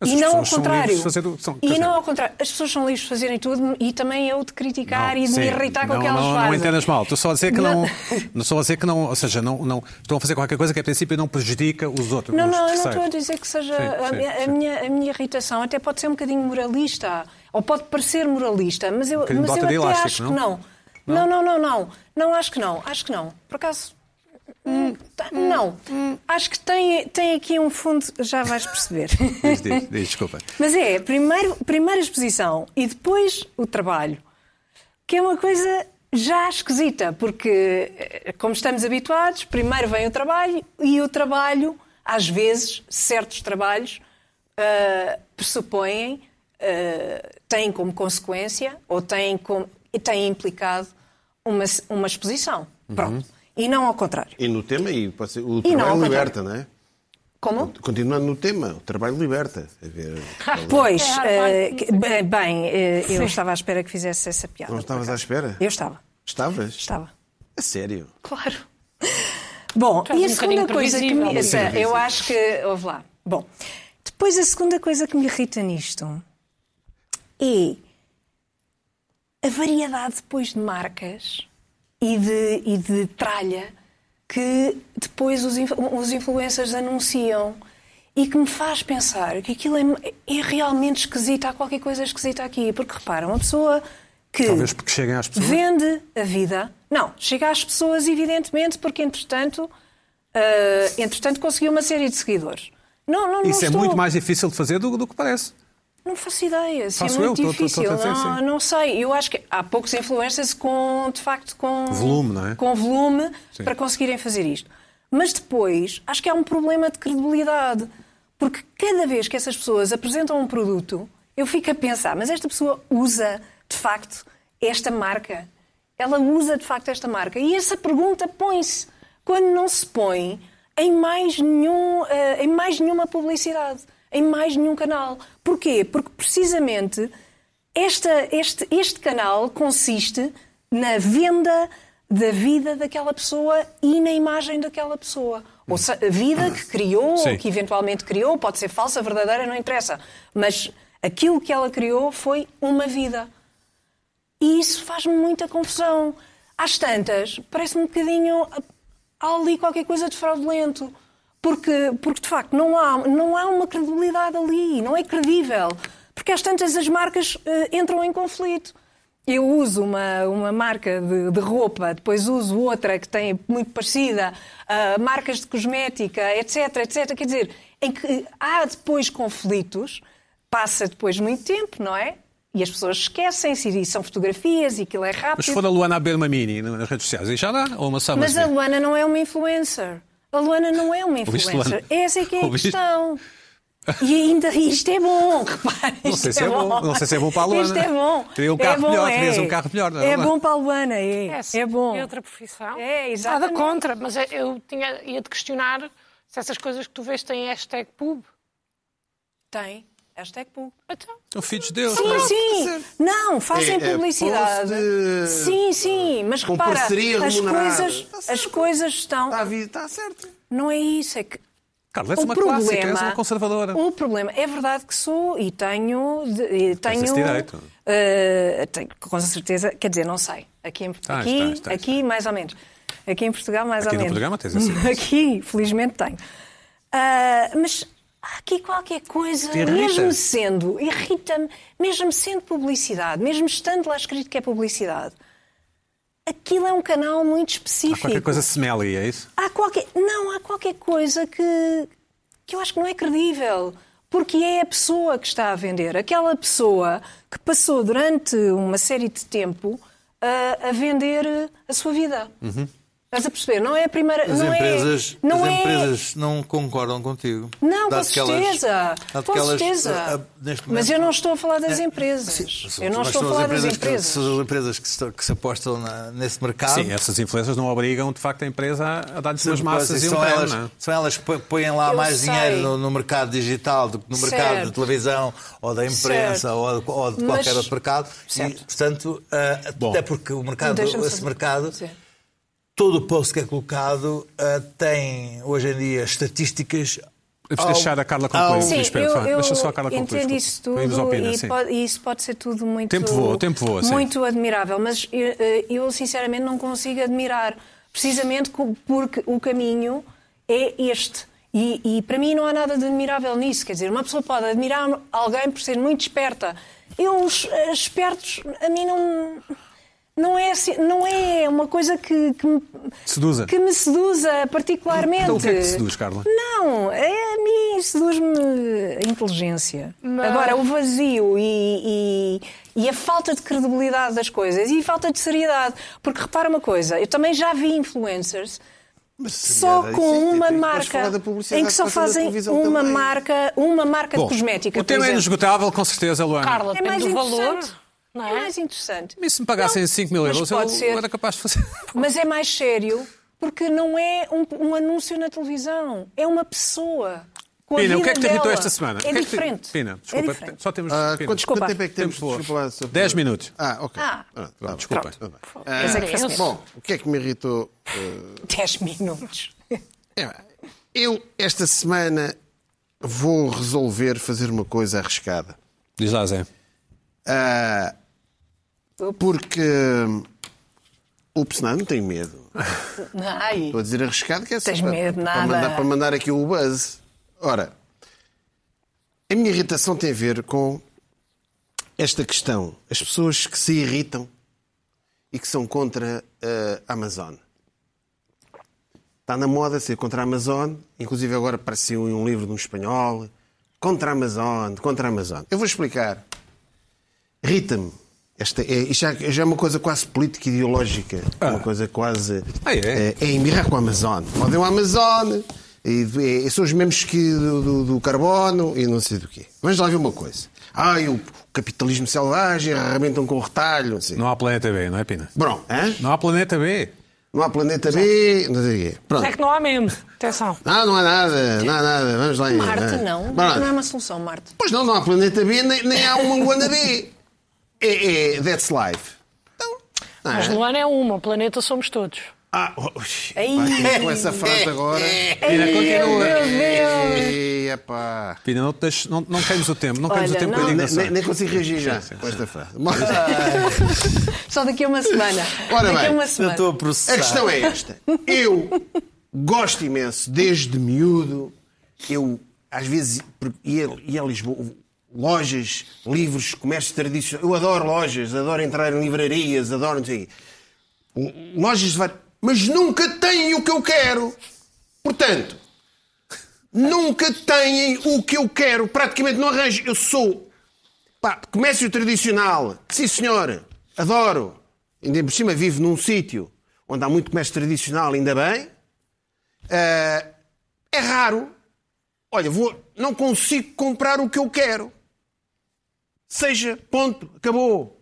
Speaker 1: Mas
Speaker 2: e
Speaker 1: as
Speaker 2: não ao
Speaker 1: pessoas são
Speaker 2: contrário.
Speaker 1: livres de fazer o- são- quer
Speaker 2: e
Speaker 1: dizer-
Speaker 2: não ao contrário. As pessoas são livres de fazerem tudo e também eu de criticar e de
Speaker 1: Sim,
Speaker 2: me irritar com
Speaker 1: não,
Speaker 2: o que elas
Speaker 1: não,
Speaker 2: fazem.
Speaker 1: Não entendas mal. Estou só a dizer que não.
Speaker 2: Não.
Speaker 1: não estou a dizer que não. Ou seja, não, não, estão a fazer qualquer coisa que a princípio não prejudica os outros.
Speaker 2: Não,
Speaker 1: os
Speaker 2: não, eu não
Speaker 1: terceiros.
Speaker 2: estou a dizer que seja
Speaker 1: Sim,
Speaker 2: a,
Speaker 1: sim,
Speaker 2: minha, a
Speaker 1: sim.
Speaker 2: minha- a minha irritação. Até pode ser um bocadinho moralista, ou pode parecer moralista, mas eu,
Speaker 1: Um bocadinho
Speaker 2: mas
Speaker 1: bota
Speaker 2: eu
Speaker 1: de
Speaker 2: até
Speaker 1: elástico,
Speaker 2: acho
Speaker 1: não?
Speaker 2: que não. Não, não, não, não. Não acho que não. Acho que não. Por acaso. hum, tá- Não.
Speaker 1: Hum.
Speaker 2: Acho que tem, tem aqui um fundo. Já vais perceber.
Speaker 1: Diz, diz, diz, desculpa.
Speaker 2: Mas é, primeiro, primeira exposição e depois o trabalho, que é uma coisa já esquisita, porque, eh, como estamos habituados, primeiro vem o trabalho e o trabalho, às vezes, certos trabalhos ah, pressupõem, ah, têm como consequência ou têm, como, e têm implicado uma, uma exposição.
Speaker 1: Uhum.
Speaker 2: Pronto. E não ao contrário.
Speaker 3: E no tema, e pode ser, o
Speaker 2: E não, ao
Speaker 3: trabalho
Speaker 2: contrário.
Speaker 3: liberta, não é?
Speaker 2: Como?
Speaker 3: Continuando no tema, o trabalho liberta. A ver,
Speaker 2: Pois,
Speaker 4: É,
Speaker 2: eh,
Speaker 4: Armando.
Speaker 2: que- bem, bem, eh, eu estava à espera que fizesse essa piada.
Speaker 3: não
Speaker 2: por
Speaker 3: estavas à
Speaker 2: acaso.
Speaker 3: espera?
Speaker 2: Eu estava.
Speaker 3: Estavas?
Speaker 2: Estava.
Speaker 3: A sério?
Speaker 2: Claro. Bom,
Speaker 4: Tu és
Speaker 2: e a
Speaker 4: um
Speaker 2: segunda
Speaker 4: bocadinho
Speaker 2: coisa que me.
Speaker 4: previsível.
Speaker 2: Essa, eu acho que. Ouve lá. Bom, depois a segunda coisa que me irrita nisto é a variedade depois de marcas e de, e de tralha que depois os, inf- os influencers anunciam e que me faz pensar que aquilo é, é realmente esquisito. Há qualquer coisa esquisita aqui. Porque repara, uma pessoa que.
Speaker 1: Talvez porque cheguem às pessoas.
Speaker 2: Vende a vida. Não, chega às pessoas, evidentemente, porque entretanto, ah, entretanto conseguiu uma série de seguidores. Não, não, não
Speaker 1: Isso é
Speaker 2: estou-
Speaker 1: muito mais difícil de fazer do, do que parece.
Speaker 2: Não faço ideia. Se é
Speaker 1: Faço eu,
Speaker 2: muito
Speaker 1: estou- estou-
Speaker 2: difícil.
Speaker 1: estou a dizer,
Speaker 2: não,
Speaker 1: sim.
Speaker 2: não sei. Eu acho que há poucos influencers com, de facto, com
Speaker 1: Volume, não é?
Speaker 2: Com volume para conseguirem fazer isto. Mas depois, acho que há um problema de credibilidade. Porque cada vez que essas pessoas apresentam um produto, eu fico a pensar, mas esta pessoa usa, de facto, esta marca? Ela usa, de facto, esta marca? E essa pergunta põe-se quando não se põe em mais, nenhum, eh, em mais nenhuma publicidade. em mais nenhum canal. Porquê? Porque precisamente esta, este, este canal consiste na venda da vida daquela pessoa e na imagem daquela pessoa. Ou seja, a vida que criou
Speaker 1: Sim.
Speaker 2: ou que eventualmente criou, pode ser falsa, verdadeira, não interessa. Mas aquilo que ela criou foi uma vida. E isso faz-me muita confusão. Às tantas, parece-me um bocadinho. Há ali qualquer coisa de fraudulento. Porque, porque de facto, não há, não há uma credibilidade ali. Não é credível. Porque às tantas as marcas eh, entram em conflito. Eu uso uma, uma marca de, de roupa, depois uso outra que tem muito parecida, ah, marcas de cosmética, etc, etc. Quer dizer, em que há depois conflitos, passa depois muito tempo, não é? E as pessoas esquecem-se e são fotografias e aquilo é rápido.
Speaker 1: Mas se for a Luana Abermamini nas redes sociais, aí já dá? Ou uma Summer
Speaker 2: Mas a
Speaker 1: Smith?
Speaker 2: Luana não é uma influencer. A Luana não é uma
Speaker 1: Ouviste,
Speaker 2: influencer.
Speaker 1: Luana?
Speaker 2: Essa é que é a
Speaker 1: Ouviste?
Speaker 2: questão. E ainda isto é bom, repare.
Speaker 1: Não
Speaker 2: isto
Speaker 1: sei se é bom. Não sei se é bom para a Luana.
Speaker 2: Isto é bom.
Speaker 1: Teria um
Speaker 2: É
Speaker 1: carro
Speaker 2: bom,
Speaker 1: melhor,
Speaker 2: é.
Speaker 1: terias um carro melhor, não é?
Speaker 2: É bom para a Luana, é. É bom.
Speaker 4: É outra profissão.
Speaker 2: É, exatamente.
Speaker 4: Nada contra, mas eu- eu tinha, ia te questionar se essas coisas que tu vês têm hashtag pub.
Speaker 2: Tem. Hashtag público.
Speaker 4: Então,
Speaker 1: São filhos É de Deus.
Speaker 2: Sim, sim. Não, fazem
Speaker 3: É, é,
Speaker 2: publicidade.
Speaker 3: post de-
Speaker 2: Sim, sim. Mas
Speaker 3: com
Speaker 2: repara,
Speaker 3: parceria
Speaker 2: as
Speaker 3: remunerada.
Speaker 2: coisas,
Speaker 3: Tá certo.
Speaker 2: as coisas estão.
Speaker 1: Ah.
Speaker 3: Está, a vi- está certo.
Speaker 2: Não é isso, é que
Speaker 1: Carlos, és uma clássica, és uma conservadora.
Speaker 2: O problema é verdade que sou e tenho, de- e tenho,
Speaker 1: é esse direito.
Speaker 2: eh, tenho- com certeza, quer dizer, não sei. Aqui, em-
Speaker 1: Tens,
Speaker 2: aqui,
Speaker 1: tens, tens,
Speaker 2: aqui mais ou menos. Aqui em Portugal mais
Speaker 1: Aqui
Speaker 2: ou
Speaker 1: no
Speaker 2: menos.
Speaker 1: programa tens esse direito.
Speaker 2: Aqui, felizmente tenho. Ah, mas há aqui qualquer coisa,
Speaker 1: Te irrita.
Speaker 2: mesmo sendo, irrita-me, mesmo sendo publicidade, mesmo estando lá escrito que é publicidade. Aquilo é um canal muito
Speaker 1: Há
Speaker 2: específico
Speaker 1: qualquer coisa smelly, é isso?
Speaker 2: há qualquer não há qualquer coisa que que eu acho que não é credível porque é a pessoa que está a vender aquela pessoa que passou durante uma série de tempo ah, a, a vender a sua vida estás a perceber não é a primeira
Speaker 5: Uhum. As
Speaker 2: não
Speaker 5: empresas,
Speaker 2: é não
Speaker 5: as
Speaker 2: é
Speaker 5: empresas não concordam contigo.
Speaker 2: não, com
Speaker 5: Dado que elas-
Speaker 2: certeza.
Speaker 5: dado
Speaker 2: Com
Speaker 5: que elas,
Speaker 2: certeza.
Speaker 5: a- a- ah, neste
Speaker 2: Mas
Speaker 5: momento-
Speaker 2: eu não estou a falar das
Speaker 5: É,
Speaker 2: empresas.
Speaker 5: Sim,
Speaker 2: eu não
Speaker 5: mas
Speaker 2: estou a
Speaker 5: são as
Speaker 2: falar das
Speaker 5: que-
Speaker 2: empresas.
Speaker 5: são as empresas que se, que se apostam na- nesse mercado.
Speaker 1: Sim, essas influências não obrigam, de facto, a empresa a a dar-lhes
Speaker 5: Sim,
Speaker 1: umas massas
Speaker 5: assim,
Speaker 1: e um
Speaker 5: são,
Speaker 1: creme,
Speaker 5: elas,
Speaker 1: não é?
Speaker 5: são elas que põe- põem lá
Speaker 2: Eu
Speaker 5: mais
Speaker 2: sei.
Speaker 5: dinheiro no, no mercado digital do que no mercado
Speaker 2: Certo.
Speaker 5: de televisão ou da imprensa
Speaker 2: Certo.
Speaker 5: ou de, ou de
Speaker 2: Mas-
Speaker 5: qualquer outro mercado.
Speaker 2: Certo.
Speaker 5: E, portanto, ah,
Speaker 1: Bom.
Speaker 5: até porque o mercado,
Speaker 2: Deixa-me
Speaker 5: esse
Speaker 2: só-
Speaker 5: mercado,
Speaker 2: Sim.
Speaker 5: todo o post que é colocado ah, tem hoje em dia estatísticas.
Speaker 1: Vamos
Speaker 5: ao-
Speaker 1: deixar a Carla concluir.
Speaker 5: ao-
Speaker 1: Luís
Speaker 2: Sim,
Speaker 1: Pedro,
Speaker 2: eu,
Speaker 1: fala.
Speaker 2: eu
Speaker 1: Deixa só a Carla concluir,
Speaker 2: entendo
Speaker 1: desculpa.
Speaker 2: isso
Speaker 1: Para irmos
Speaker 2: tudo
Speaker 1: ao Pina,
Speaker 2: e,
Speaker 1: sim.
Speaker 2: pode- e isso pode ser tudo muito,
Speaker 1: assim? Tempo voa, o tempo voa, sim.
Speaker 2: muito admirável, mas eu, eu, sinceramente não consigo admirar, precisamente co- porque o caminho é este. E, e para mim não há nada de admirável nisso, quer dizer, uma pessoa pode admirar alguém por ser muito esperta. Eu, os eh, espertos, a mim não... Não é, assim- não é uma coisa que, que me-
Speaker 1: Seduza.
Speaker 2: que me seduza particularmente.
Speaker 1: Então o que é que te seduz, Carla?
Speaker 2: Não, é, a mim seduz-me a inteligência.
Speaker 4: Mas-
Speaker 2: Agora, o vazio e, e- e a falta de credibilidade das coisas e a falta de seriedade. Porque repara uma coisa, eu também já vi influencers só
Speaker 1: é
Speaker 3: seriedade
Speaker 2: com
Speaker 3: existe,
Speaker 2: uma
Speaker 3: temos que
Speaker 2: marca
Speaker 3: falar da publicidade
Speaker 2: em que só
Speaker 3: que passa na
Speaker 2: fazem
Speaker 3: televisão
Speaker 2: uma
Speaker 3: também.
Speaker 2: marca, uma marca
Speaker 1: Bom,
Speaker 2: de cosmética.
Speaker 1: o
Speaker 2: por
Speaker 1: tema é
Speaker 2: exemplo.
Speaker 1: inesgotável, com certeza, Luana.
Speaker 4: Carla,
Speaker 2: É
Speaker 4: depende
Speaker 2: mais
Speaker 4: do valor.
Speaker 2: interessante.
Speaker 4: Não
Speaker 2: É
Speaker 4: é?
Speaker 2: mais interessante.
Speaker 1: Mas se me pagassem
Speaker 2: Não,
Speaker 1: 5 mil
Speaker 2: mas
Speaker 1: euros, eu,
Speaker 2: pode ser.
Speaker 1: eu era capaz de fazer.
Speaker 2: Mas é mais sério porque não é um, um anúncio na televisão, é uma pessoa. Com a
Speaker 1: Pina, o
Speaker 2: vida
Speaker 1: que é que te irritou
Speaker 2: dela.
Speaker 1: esta semana? O
Speaker 2: É
Speaker 1: que que te-
Speaker 2: diferente.
Speaker 1: Pina,
Speaker 2: é
Speaker 1: desculpa,
Speaker 2: diferente.
Speaker 1: só temos.
Speaker 3: Ah,
Speaker 1: Pina,
Speaker 3: quanto,
Speaker 2: Desculpa.
Speaker 3: quanto tempo é que temos?
Speaker 1: Tempo
Speaker 3: Desculpa lá, sobre-
Speaker 1: 10 minutos.
Speaker 3: Ah, ok.
Speaker 2: Ah.
Speaker 3: Pronto, tá bem.
Speaker 1: Desculpa.
Speaker 2: pronto.
Speaker 3: Ah,
Speaker 2: Mas é que faço mesmo.
Speaker 3: bom, o que é que me irritou?
Speaker 2: 10 minutos.
Speaker 3: É, Eu, esta semana, vou resolver fazer uma coisa arriscada.
Speaker 1: Diz lá, Zé.
Speaker 3: Ah, porque hum, o não, não tenho medo.
Speaker 2: Ai,
Speaker 3: Estou a dizer arriscado que é só
Speaker 2: Tens
Speaker 3: para,
Speaker 2: medo,
Speaker 3: para
Speaker 2: nada.
Speaker 3: mandar, para mandar aqui o buzz. Ora, a minha irritação tem a ver com esta questão. As pessoas que se irritam e que são contra eh, a Amazon. Está na moda ser contra a Amazon. Inclusive agora apareceu em um livro de um espanhol. Contra a Amazon, contra a Amazon. Eu vou explicar. Irrita-me. Esta é, isto já, já é uma coisa quase política e ideológica. Uma coisa quase
Speaker 1: Ah, é?
Speaker 3: eh, é embirrar com a Amazon. Podem o Amazon, e, e- são os mesmos que do, do- do carbono e não sei do quê. Vamos lá ver uma coisa. Ai, o capitalismo selvagem, arrebentam com o retalho, não sei.
Speaker 1: Não há planeta B, não é, Pina?
Speaker 3: Bom, hã?
Speaker 1: Não há planeta B.
Speaker 3: Não há planeta B, não sei o quê. Pronto.
Speaker 4: É que não há mesmo. Atenção.
Speaker 3: Ah, não há nada, não há nada, vamos lá.
Speaker 2: Marte,
Speaker 3: Ah.
Speaker 2: não.
Speaker 3: Pronto.
Speaker 2: Não é uma solução, Marte.
Speaker 3: Pois não, não há planeta B, nem, nem há uma Luana B. É, é, that's life. Então, não é?
Speaker 4: Mas Luana é uma, o planeta somos todos.
Speaker 3: Ah, é oxi,
Speaker 2: Aí.
Speaker 3: pá, com essa frase agora.
Speaker 2: É
Speaker 3: Pina, continua. Ei, epá.
Speaker 1: Pina, não, te deixes- não, não queimes o tempo. Não
Speaker 2: Olha,
Speaker 1: queimes o tempo
Speaker 2: não.
Speaker 1: com a
Speaker 3: Nem,
Speaker 1: indignação.
Speaker 3: nem- nem consigo reagir já com esta frase. Mas
Speaker 2: Só daqui a uma semana.
Speaker 3: Ora
Speaker 2: daqui
Speaker 3: bem,
Speaker 2: a uma
Speaker 5: Eu
Speaker 2: semana.
Speaker 5: estou a
Speaker 3: A
Speaker 5: processar.
Speaker 3: questão é esta. Eu gosto imenso, desde miúdo, eu às vezes ia, ia a Lisboa, lojas, livros, comércio tradicional. Eu adoro lojas, adoro entrar em livrarias, adoro não sei. o quê. Lojas de vários. Mas nunca têm o que eu quero. Portanto, nunca têm o que eu quero. Praticamente não arranjo. Eu sou. Pá, comércio tradicional. Sim, senhor. Adoro. Ainda por cima vivo num sítio onde há muito comércio tradicional, ainda bem. Ah, é raro. Olha, vou, não consigo comprar o que eu quero. Seja, ponto, acabou.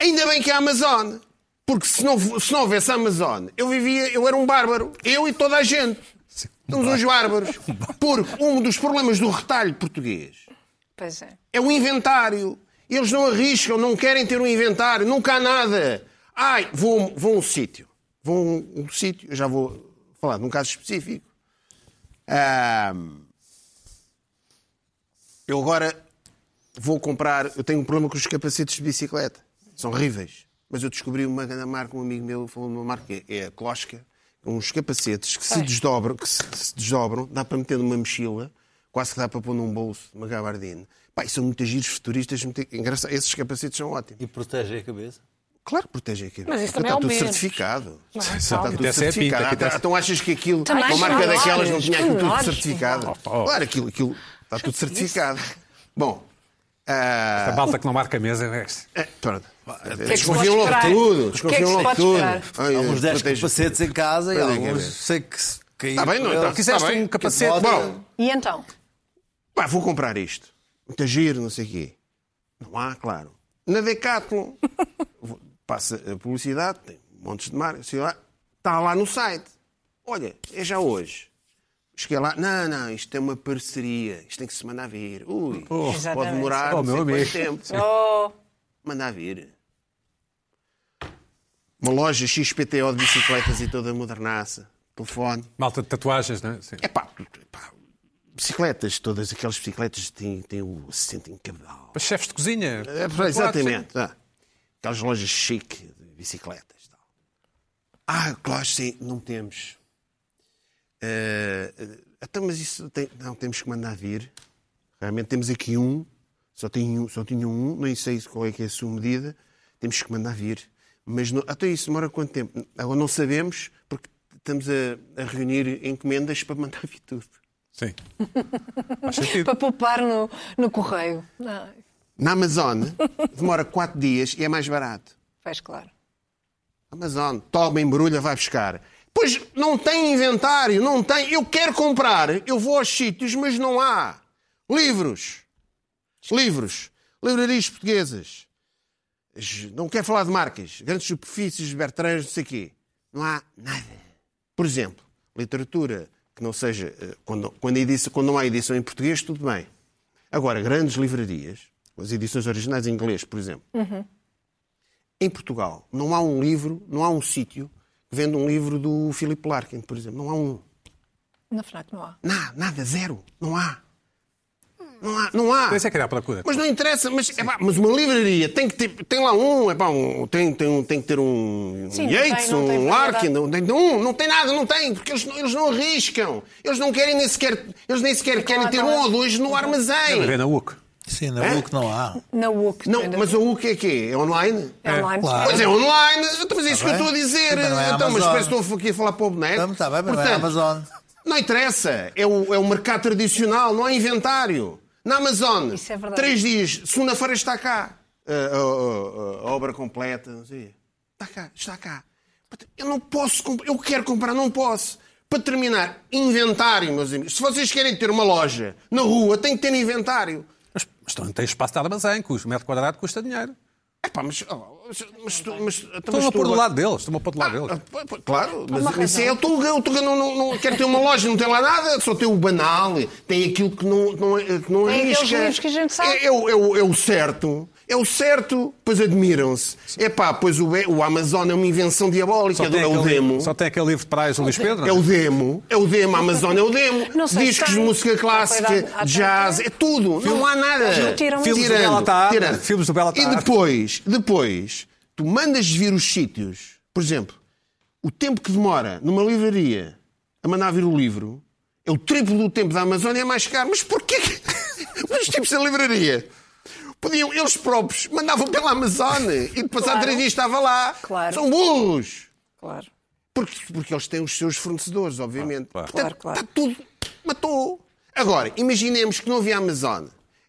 Speaker 3: Ainda bem que há Amazon. Porque se não, se não houvesse Amazon, eu vivia, eu era um bárbaro. Eu e toda a gente. Somos uns bárbaros. Porque um dos problemas do retalho português
Speaker 2: Pois é.
Speaker 3: é um inventário. Eles não arriscam, não querem ter um inventário, nunca há nada. Ai, vou, vou a um sítio. Vou a um, um sítio, eu já vou falar de um caso específico. Ahm, eu agora vou comprar. Eu tenho um problema com os capacetes de bicicleta. São horríveis. Mas eu descobri uma grande marca, um amigo meu falou uma marca, que é a Closca. Uns capacetes que se desdobram, que se, que se desdobram, dá para meter numa mochila, quase que dá para pôr num bolso, uma gabardina. Pá, e são muitos giros futuristas, muito engraçado. Esses capacetes são ótimos.
Speaker 5: E protege a cabeça.
Speaker 3: Claro que protegem aqui.
Speaker 4: Mas isso também
Speaker 3: está
Speaker 4: é o
Speaker 3: tudo
Speaker 4: menos.
Speaker 3: certificado.
Speaker 4: Não,
Speaker 3: Está
Speaker 4: Sim,
Speaker 1: que
Speaker 3: tudo
Speaker 1: dessa é a
Speaker 3: certificado.
Speaker 1: pinta, que
Speaker 3: Ah,
Speaker 1: dessa-
Speaker 3: então achas que aquilo,
Speaker 4: Também
Speaker 3: uma marca
Speaker 4: são
Speaker 3: daquelas não
Speaker 4: nós,
Speaker 3: tinha aquilo tudo
Speaker 2: nós.
Speaker 3: certificado?
Speaker 1: Oh, oh.
Speaker 3: Claro, aquilo, aquilo está tudo
Speaker 4: é
Speaker 3: certificado. Bom, ah,
Speaker 1: A malta que não marca a mesa é esta.
Speaker 3: é, pronto.
Speaker 2: que se pode
Speaker 3: Desconfiam logo
Speaker 2: esperar?
Speaker 3: tudo.
Speaker 2: O que é que
Speaker 3: Desconfiam
Speaker 2: se
Speaker 3: logo
Speaker 2: pode
Speaker 3: tudo.
Speaker 2: esperar?
Speaker 3: Ai,
Speaker 5: Alguns 10
Speaker 3: protege-
Speaker 5: capacetes em casa e
Speaker 3: Olha, quer
Speaker 5: alguns
Speaker 3: ver.
Speaker 5: sei que se cair.
Speaker 3: Está bem, não,
Speaker 5: por
Speaker 3: então,
Speaker 5: ele,
Speaker 1: Fizeste
Speaker 3: bem.
Speaker 1: um capacete.
Speaker 5: Bota-
Speaker 1: Bom,
Speaker 2: E então?
Speaker 3: Pá, vou comprar isto. Muito giro, não sei o quê. Não há, claro. Na Decathlon, vou- passa a publicidade, tem montes de marcas, sei lá. Está lá no site. Olha, é já hoje. Cheguei lá, não, não, isto é uma parceria, isto tem que se mandar vir. Ui, isto pode
Speaker 2: Exatamente.
Speaker 3: demorar
Speaker 1: Oh,
Speaker 3: não sei
Speaker 1: meu
Speaker 3: quanto
Speaker 1: amigo.
Speaker 3: tempo.
Speaker 2: Oh,
Speaker 3: Mandar vir. Uma loja XPTO de bicicletas e toda modernaça. Telefone.
Speaker 1: malta de tatuagens, não é? Sim.
Speaker 3: É pá, pá, bicicletas, todas aquelas bicicletas que têm, têm o assento em cabedal.
Speaker 1: Para chefes de cozinha.
Speaker 3: É, pá, exatamente. ah. Aquelas lojas chique de bicicletas. Tal. Ah, claro, sim, não temos. Eh, eh, então, mas isso tem- não temos que mandar vir. Realmente temos aqui um, só tinha um, só tinha um, nem sei qual é que é a sua medida. Temos que mandar vir. Mas não- até isso demora quanto tempo? Agora não sabemos, porque estamos a- a reunir encomendas para mandar vir tudo.
Speaker 1: Sim. Faz sentido.
Speaker 2: para poupar no, no correio. Ah, Não,
Speaker 3: Na Amazon, demora 4 dias e é mais barato.
Speaker 2: faz claro.
Speaker 3: Amazon, toma, embrulha, vai buscar. Pois não tem inventário, não tem. Eu quero comprar, eu vou aos sítios, mas não há. Livros. Livros. Livrarias portuguesas. J- Não quero falar de marcas. Grandes superfícies, Bertrands, não sei o quê. Não há nada. Por exemplo, literatura que não seja. eh, Quando, quando, a edição, quando não há edição em português, tudo bem. Agora, grandes livrarias, as edições originais em inglês, por exemplo em Portugal não há um livro, não há um sítio que venda um livro do Philip Larkin, por exemplo. Não há um.
Speaker 2: Na FNAC não há.
Speaker 3: Nada, nada, zero. Não há. Não há, não há.
Speaker 1: Esse é que era a procura.
Speaker 3: Mas não interessa, mas, epá, mas uma livraria tem que ter, tem lá um, epá, um- tem, tem, um- tem que ter um, um
Speaker 2: Sim, não tem-
Speaker 3: Yates,
Speaker 2: não tem
Speaker 3: um Larkin,
Speaker 2: variedade.
Speaker 3: não tem, um, não tem nada, não tem, porque eles, não- eles não arriscam, eles não querem nem sequer, eles nem sequer querem
Speaker 2: lá,
Speaker 3: ter
Speaker 2: tá
Speaker 3: um
Speaker 2: lá.
Speaker 3: ou dois no
Speaker 1: Deve
Speaker 3: armazém.
Speaker 1: haver na UC.
Speaker 5: Sim, não é o que não há.
Speaker 2: Na UOC.
Speaker 3: Não, mas o que é que é? É online?
Speaker 2: É online.
Speaker 5: claro.
Speaker 3: Pois é, online. Então, mas é isso que
Speaker 5: Tá
Speaker 3: eu
Speaker 5: bem.
Speaker 3: estou a dizer.
Speaker 5: Mas não é
Speaker 3: então, mas
Speaker 5: Amazon.
Speaker 3: parece que estou aqui a falar para o boneco.
Speaker 5: Está tá bem, mas não é
Speaker 3: Portanto,
Speaker 5: Amazon.
Speaker 3: não interessa. É o, é o mercado tradicional, não há inventário. Na Amazon,
Speaker 2: Isso é verdade.
Speaker 3: três dias, segunda-feira está cá. A, a- a- a obra completa, não sei. Está cá, está cá. Portanto, Eu não posso comprar, eu quero comprar, não posso. Para terminar, inventário, meus amigos. Se vocês querem ter uma loja na rua, tem que ter inventário.
Speaker 1: Mas, mas não tem espaço de armazém, custo. O metro quadrado custa dinheiro.
Speaker 3: Epá, mas oh, Mas tu, mas, então,
Speaker 1: Estão
Speaker 3: mas
Speaker 1: a
Speaker 3: tu
Speaker 1: pôr do
Speaker 3: agora-
Speaker 1: lado deles, estão a pôr do lado
Speaker 3: Ah,
Speaker 1: deles.
Speaker 3: pô, pô, Claro, mas isso é o Tuga. O Tuga não, não, não quer ter uma loja, não tem lá nada, só tem o banal, tem aquilo que não, não, que não
Speaker 2: Tem aqueles
Speaker 3: arrisca.
Speaker 2: livros que a gente sabe.
Speaker 3: É, é o- é o- é o certo. É o certo, pois admiram-se. É pá, pois o, o Amazon é uma invenção diabólica, é o
Speaker 1: aquele,
Speaker 3: demo.
Speaker 1: só tem aquele livro de praia do Luís Pedro.
Speaker 3: É o demo, é o demo, a Amazon é o demo.
Speaker 2: Não sei se
Speaker 3: Discos
Speaker 2: tem.
Speaker 3: de música
Speaker 2: Foi
Speaker 3: clássica,
Speaker 2: dado há
Speaker 3: jazz,
Speaker 2: tanto
Speaker 3: é tudo. Não há nada.
Speaker 2: Eles não tiram Filmes
Speaker 1: do Bela Tarde,
Speaker 3: tirando.
Speaker 1: filmes do Bela Tarde.
Speaker 3: E depois, depois, tu mandas vir os sítios. Por exemplo, o tempo que demora numa livraria a mandar vir o livro é o triplo do tempo da Amazônia é mais caro. Mas porquê que... Os tipos da livraria... Podiam, eles próprios mandavam pela Amazônia e depois há
Speaker 2: Claro.
Speaker 3: três dias estava lá.
Speaker 2: Claro.
Speaker 3: São burros!
Speaker 2: Claro.
Speaker 3: Porque, porque eles têm os seus fornecedores, obviamente.
Speaker 1: Ah, Claro,
Speaker 3: Portanto,
Speaker 2: claro.
Speaker 3: Está tudo. Matou. Agora, imaginemos que não havia Amazon.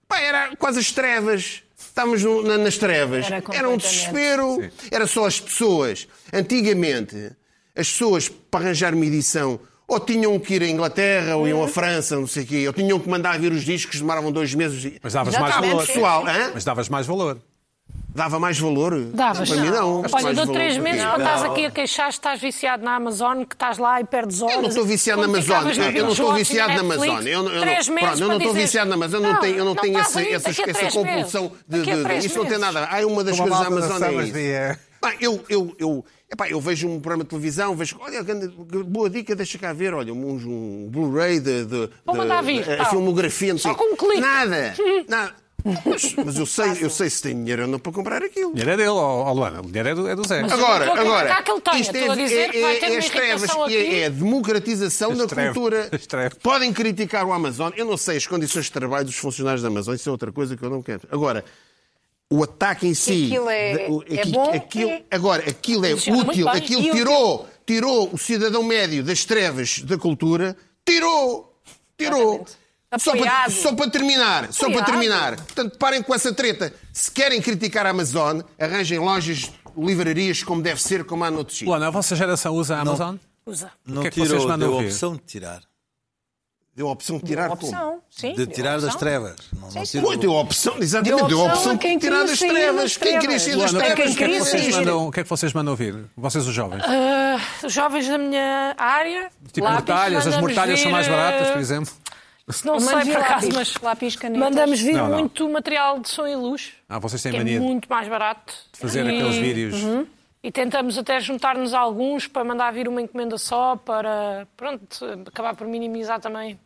Speaker 3: Pá, era quase as trevas. Estávamos no- na- nas trevas.
Speaker 2: Era
Speaker 3: Era, um
Speaker 2: completamente.
Speaker 3: desespero. Era só as pessoas. Antigamente, as pessoas, para arranjar uma edição, ou tinham que ir à Inglaterra, ou iam à França, não sei o quê, ou tinham que mandar vir os discos, demoravam dois meses.
Speaker 1: Mas davas
Speaker 2: Já
Speaker 1: mais
Speaker 2: está bem,
Speaker 1: valor.
Speaker 3: pessoal, hã?
Speaker 1: Mas davas mais valor.
Speaker 3: Dava mais valor?
Speaker 4: Davas.
Speaker 3: Para mim, não.
Speaker 4: Olha,
Speaker 3: Mais
Speaker 4: dou
Speaker 3: valor
Speaker 4: três
Speaker 3: para ti.
Speaker 4: meses para estás aqui a queixar que estás viciado na Amazon, que estás lá e perdes horas.
Speaker 3: Eu não estou viciado na
Speaker 4: Como
Speaker 3: Amazon.
Speaker 4: ficavas no
Speaker 3: Eu não estou
Speaker 4: binge-watching
Speaker 3: viciado na
Speaker 4: Netflix,
Speaker 3: Amazon. Eu, não- eu,
Speaker 4: três
Speaker 3: não,
Speaker 4: meses
Speaker 3: pronto, eu não
Speaker 4: para
Speaker 3: estou
Speaker 4: dizer-
Speaker 3: viciado na Amazon. Eu não, tenho, eu não tenho
Speaker 4: estás
Speaker 3: esse-
Speaker 4: aí,
Speaker 3: essa,
Speaker 4: daqui a
Speaker 3: essa
Speaker 4: é três
Speaker 3: compulsão
Speaker 4: meses.
Speaker 3: de,
Speaker 4: Daqui a
Speaker 3: de- de-
Speaker 4: três
Speaker 3: Isso não tem
Speaker 4: meses.
Speaker 3: nada. Ah, é uma das
Speaker 1: Como a
Speaker 3: coisas da
Speaker 1: malta das
Speaker 3: Amazon é
Speaker 1: salas de, eh,
Speaker 3: isso. Pá, eu, eu, eu, epá, eu vejo um programa de televisão, vejo. Olha, grande- boa dica, deixa cá ver. Olha, um, um Blu-ray de, de,
Speaker 4: Vou
Speaker 3: de-
Speaker 4: mandar vir,
Speaker 3: a- a
Speaker 4: tal.
Speaker 3: filmografia, não sei.
Speaker 4: Só com um clique.
Speaker 3: Nada. nada. Mas, mas eu, sei, eu sei se tem dinheiro ou não para comprar aquilo.
Speaker 1: O dinheiro é dele, ó, ó, Luana. O dinheiro é do, é do Zé.
Speaker 4: Mas-
Speaker 3: Agora,
Speaker 4: Estou a criticar
Speaker 3: agora,
Speaker 4: que ele tenha,
Speaker 3: isto é,
Speaker 4: estou a dizer que vai ter uma
Speaker 3: as trevas,
Speaker 4: irritação
Speaker 3: e é,
Speaker 4: aqui.
Speaker 3: é a democratização
Speaker 1: As
Speaker 3: da
Speaker 1: trevas,
Speaker 3: cultura.
Speaker 1: as trevas.
Speaker 3: Podem criticar o Amazon, eu não sei as condições de trabalho dos funcionários da Amazon, isso é outra coisa que eu não quero. Agora, o ataque em si.
Speaker 2: Aquilo é-
Speaker 3: da- o-
Speaker 2: é bom,
Speaker 3: aquilo-
Speaker 2: é-
Speaker 3: Agora, aquilo é
Speaker 4: Funciona muito
Speaker 3: útil,
Speaker 4: bem.
Speaker 3: aquilo
Speaker 2: E útil.
Speaker 3: tirou, tirou o cidadão médio das trevas da cultura, tirou, tirou.
Speaker 2: Exatamente.
Speaker 3: Só para,
Speaker 2: Apoiado.
Speaker 3: só para terminar, só para
Speaker 2: Apoiado.
Speaker 3: terminar. Portanto, parem com essa treta. Se querem criticar a Amazon, arranjem lojas, livrarias como deve ser, como há noutros sítios.
Speaker 1: Luana, a vossa geração usa a Amazon?
Speaker 4: Usa.
Speaker 1: O
Speaker 5: Não
Speaker 1: que é que vocês
Speaker 5: tirou,
Speaker 1: mandam
Speaker 5: deu a
Speaker 1: ouvir?
Speaker 5: opção de tirar.
Speaker 3: Deu a opção de tirar como?
Speaker 2: Opção. Sim. é
Speaker 5: De tirar das
Speaker 2: opção.
Speaker 5: trevas. Não, não
Speaker 2: sim.
Speaker 5: tirou.
Speaker 3: Pô, deu a opção, exatamente,
Speaker 2: Deu
Speaker 3: deu
Speaker 2: a
Speaker 3: a
Speaker 2: opção
Speaker 3: opção
Speaker 2: a quem
Speaker 3: de tirar
Speaker 2: queria
Speaker 3: das
Speaker 2: sair das
Speaker 3: trevas. Quem queria sair das
Speaker 2: trevas.
Speaker 1: O
Speaker 2: Luana,
Speaker 1: que é
Speaker 3: trevas?
Speaker 1: que- o que é que
Speaker 2: Quem
Speaker 1: vocês
Speaker 2: queria
Speaker 1: mandam- O que é que vocês mandam ouvir? Vocês, os jovens?
Speaker 4: Ah, jovens da minha área.
Speaker 1: Tipo
Speaker 4: lápis,
Speaker 1: mortalhas, as
Speaker 4: mandamos
Speaker 1: mortalhas são
Speaker 4: vir,
Speaker 1: mais baratas,
Speaker 4: eh,
Speaker 1: por exemplo.
Speaker 4: se Não
Speaker 2: Eu
Speaker 4: sei
Speaker 2: mando vir
Speaker 4: por acaso,
Speaker 2: lápis,
Speaker 4: mas
Speaker 2: lápis, canetas.
Speaker 4: mandamos vir
Speaker 1: Não, não.
Speaker 4: muito material de som e luz.
Speaker 1: Ah, vocês têm
Speaker 4: que é
Speaker 1: mania de
Speaker 4: muito mais barato.
Speaker 1: fazer
Speaker 4: E-
Speaker 1: aqueles vídeos.
Speaker 4: Uhum. E tentamos até juntar-nos alguns para mandar vir uma encomenda só, para pronto, acabar por minimizar também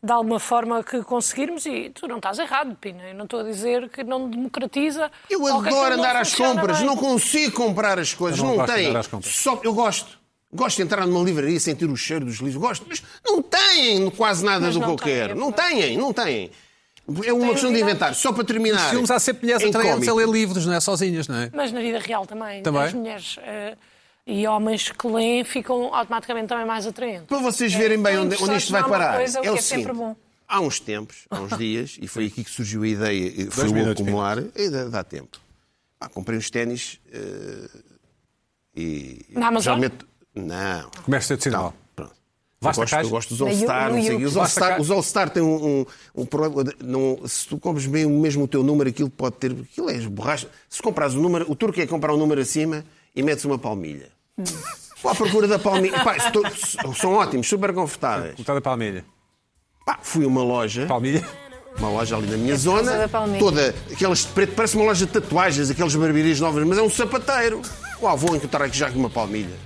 Speaker 4: de alguma forma que conseguirmos. E tu não estás errado, Pina. Eu não estou a dizer que não democratiza.
Speaker 3: Eu
Speaker 4: ou que aquilo
Speaker 3: adoro
Speaker 4: não
Speaker 3: andar às
Speaker 4: funciona
Speaker 3: compras,
Speaker 4: bem.
Speaker 3: não consigo comprar as coisas,
Speaker 1: Eu não
Speaker 3: não,
Speaker 1: gosto de
Speaker 3: tem.
Speaker 1: andar às compras.
Speaker 3: Só eu gosto. Gosto de entrar numa livraria, sentir o cheiro dos livros, gosto, mas não têm quase nada
Speaker 4: Mas
Speaker 3: do
Speaker 4: não
Speaker 3: que eu
Speaker 4: têm, é
Speaker 3: quero. Não
Speaker 4: verdade.
Speaker 3: têm, não têm. É uma questão de inventar. Só para terminar.
Speaker 1: Filmes há sempre mulheres
Speaker 3: Ah, em
Speaker 1: a trair a
Speaker 3: cómico.
Speaker 1: ler livros, não é? Sozinhas, não é?
Speaker 4: Mas na vida real também.
Speaker 1: Também?
Speaker 4: As mulheres eh, e homens que leem ficam automaticamente também mais atraentes.
Speaker 3: Para
Speaker 2: É,
Speaker 3: vocês verem bem
Speaker 2: Estão
Speaker 3: onde, onde isto vai
Speaker 2: interessados numa
Speaker 3: parar.
Speaker 2: coisa, o
Speaker 3: é o
Speaker 2: que é sempre
Speaker 3: seguinte,
Speaker 2: bom.
Speaker 3: Há uns tempos, há uns dias, e foi aqui que surgiu a ideia, e foi o
Speaker 1: minutos,
Speaker 3: acumular, e dá, dá tempo. Ah, comprei uns ténis eh, e.
Speaker 4: Na Amazon?
Speaker 3: geralmente- Não.
Speaker 1: Comércio tradicional.
Speaker 3: Não, pronto.
Speaker 1: Vasta
Speaker 3: eu, gosto,
Speaker 1: caixa?
Speaker 3: eu gosto dos
Speaker 2: Na
Speaker 3: All-Star,
Speaker 2: Yu-
Speaker 3: não
Speaker 2: no
Speaker 3: sei o quê.
Speaker 2: Yu-
Speaker 3: Os
Speaker 1: Vasta
Speaker 3: All-Star
Speaker 1: caixa.
Speaker 3: os All-Star têm um, um- um problema. de- não- se tu compras bem mesmo o teu número, aquilo pode ter. Aquilo é borracha. Se compras o número, o turco é comprar um número acima e metes uma palmilha.
Speaker 2: Hum.
Speaker 3: Vou à procura da palmilha. Pá, estou- são ótimos, super confortáveis.
Speaker 1: Cortada palmilha.
Speaker 3: Pá, fui a uma loja,
Speaker 1: Palmilha?
Speaker 3: uma loja ali na minha
Speaker 2: da
Speaker 3: zona,
Speaker 2: Palmeira.
Speaker 3: toda, aquelas de preto, parece uma loja de tatuagens, aqueles barbearias novas, mas é um sapateiro. Uau, vou encontrar aqui já aqui uma palmilha.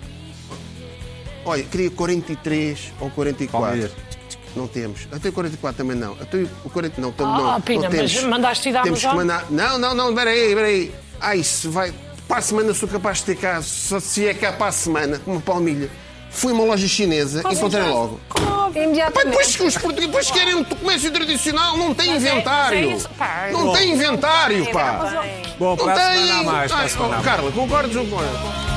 Speaker 3: Olha, queria 43 ou 44.
Speaker 1: Palmilhas.
Speaker 3: Não temos. Até o 44 também não. Até o 40 não, tam-
Speaker 4: Ah,
Speaker 3: não,
Speaker 4: Pina,
Speaker 3: não
Speaker 4: mas
Speaker 3: temos.
Speaker 4: mandaste ir da
Speaker 3: Temos que
Speaker 4: Amazon?
Speaker 3: mandar. Não, não, não, espera aí, espera aí. Ai, se vai. Para a semana sou capaz de ter cá, só se é cá para a semana, com uma palmilha. Fui a uma loja chinesa, encontrei logo. Pá, depois
Speaker 2: Imediatamente.
Speaker 3: que os portugueses depois querem um comércio tradicional, não tem
Speaker 4: Mas é-
Speaker 3: inventário.
Speaker 4: mas é isso, pá.
Speaker 3: não tem inventário, pá.
Speaker 2: É,
Speaker 1: Bom,
Speaker 3: Não
Speaker 1: para a semana há
Speaker 3: tem.
Speaker 1: mais. Para a
Speaker 3: Ai,
Speaker 1: semana há mais.
Speaker 3: Carla, concordas ou não concordas?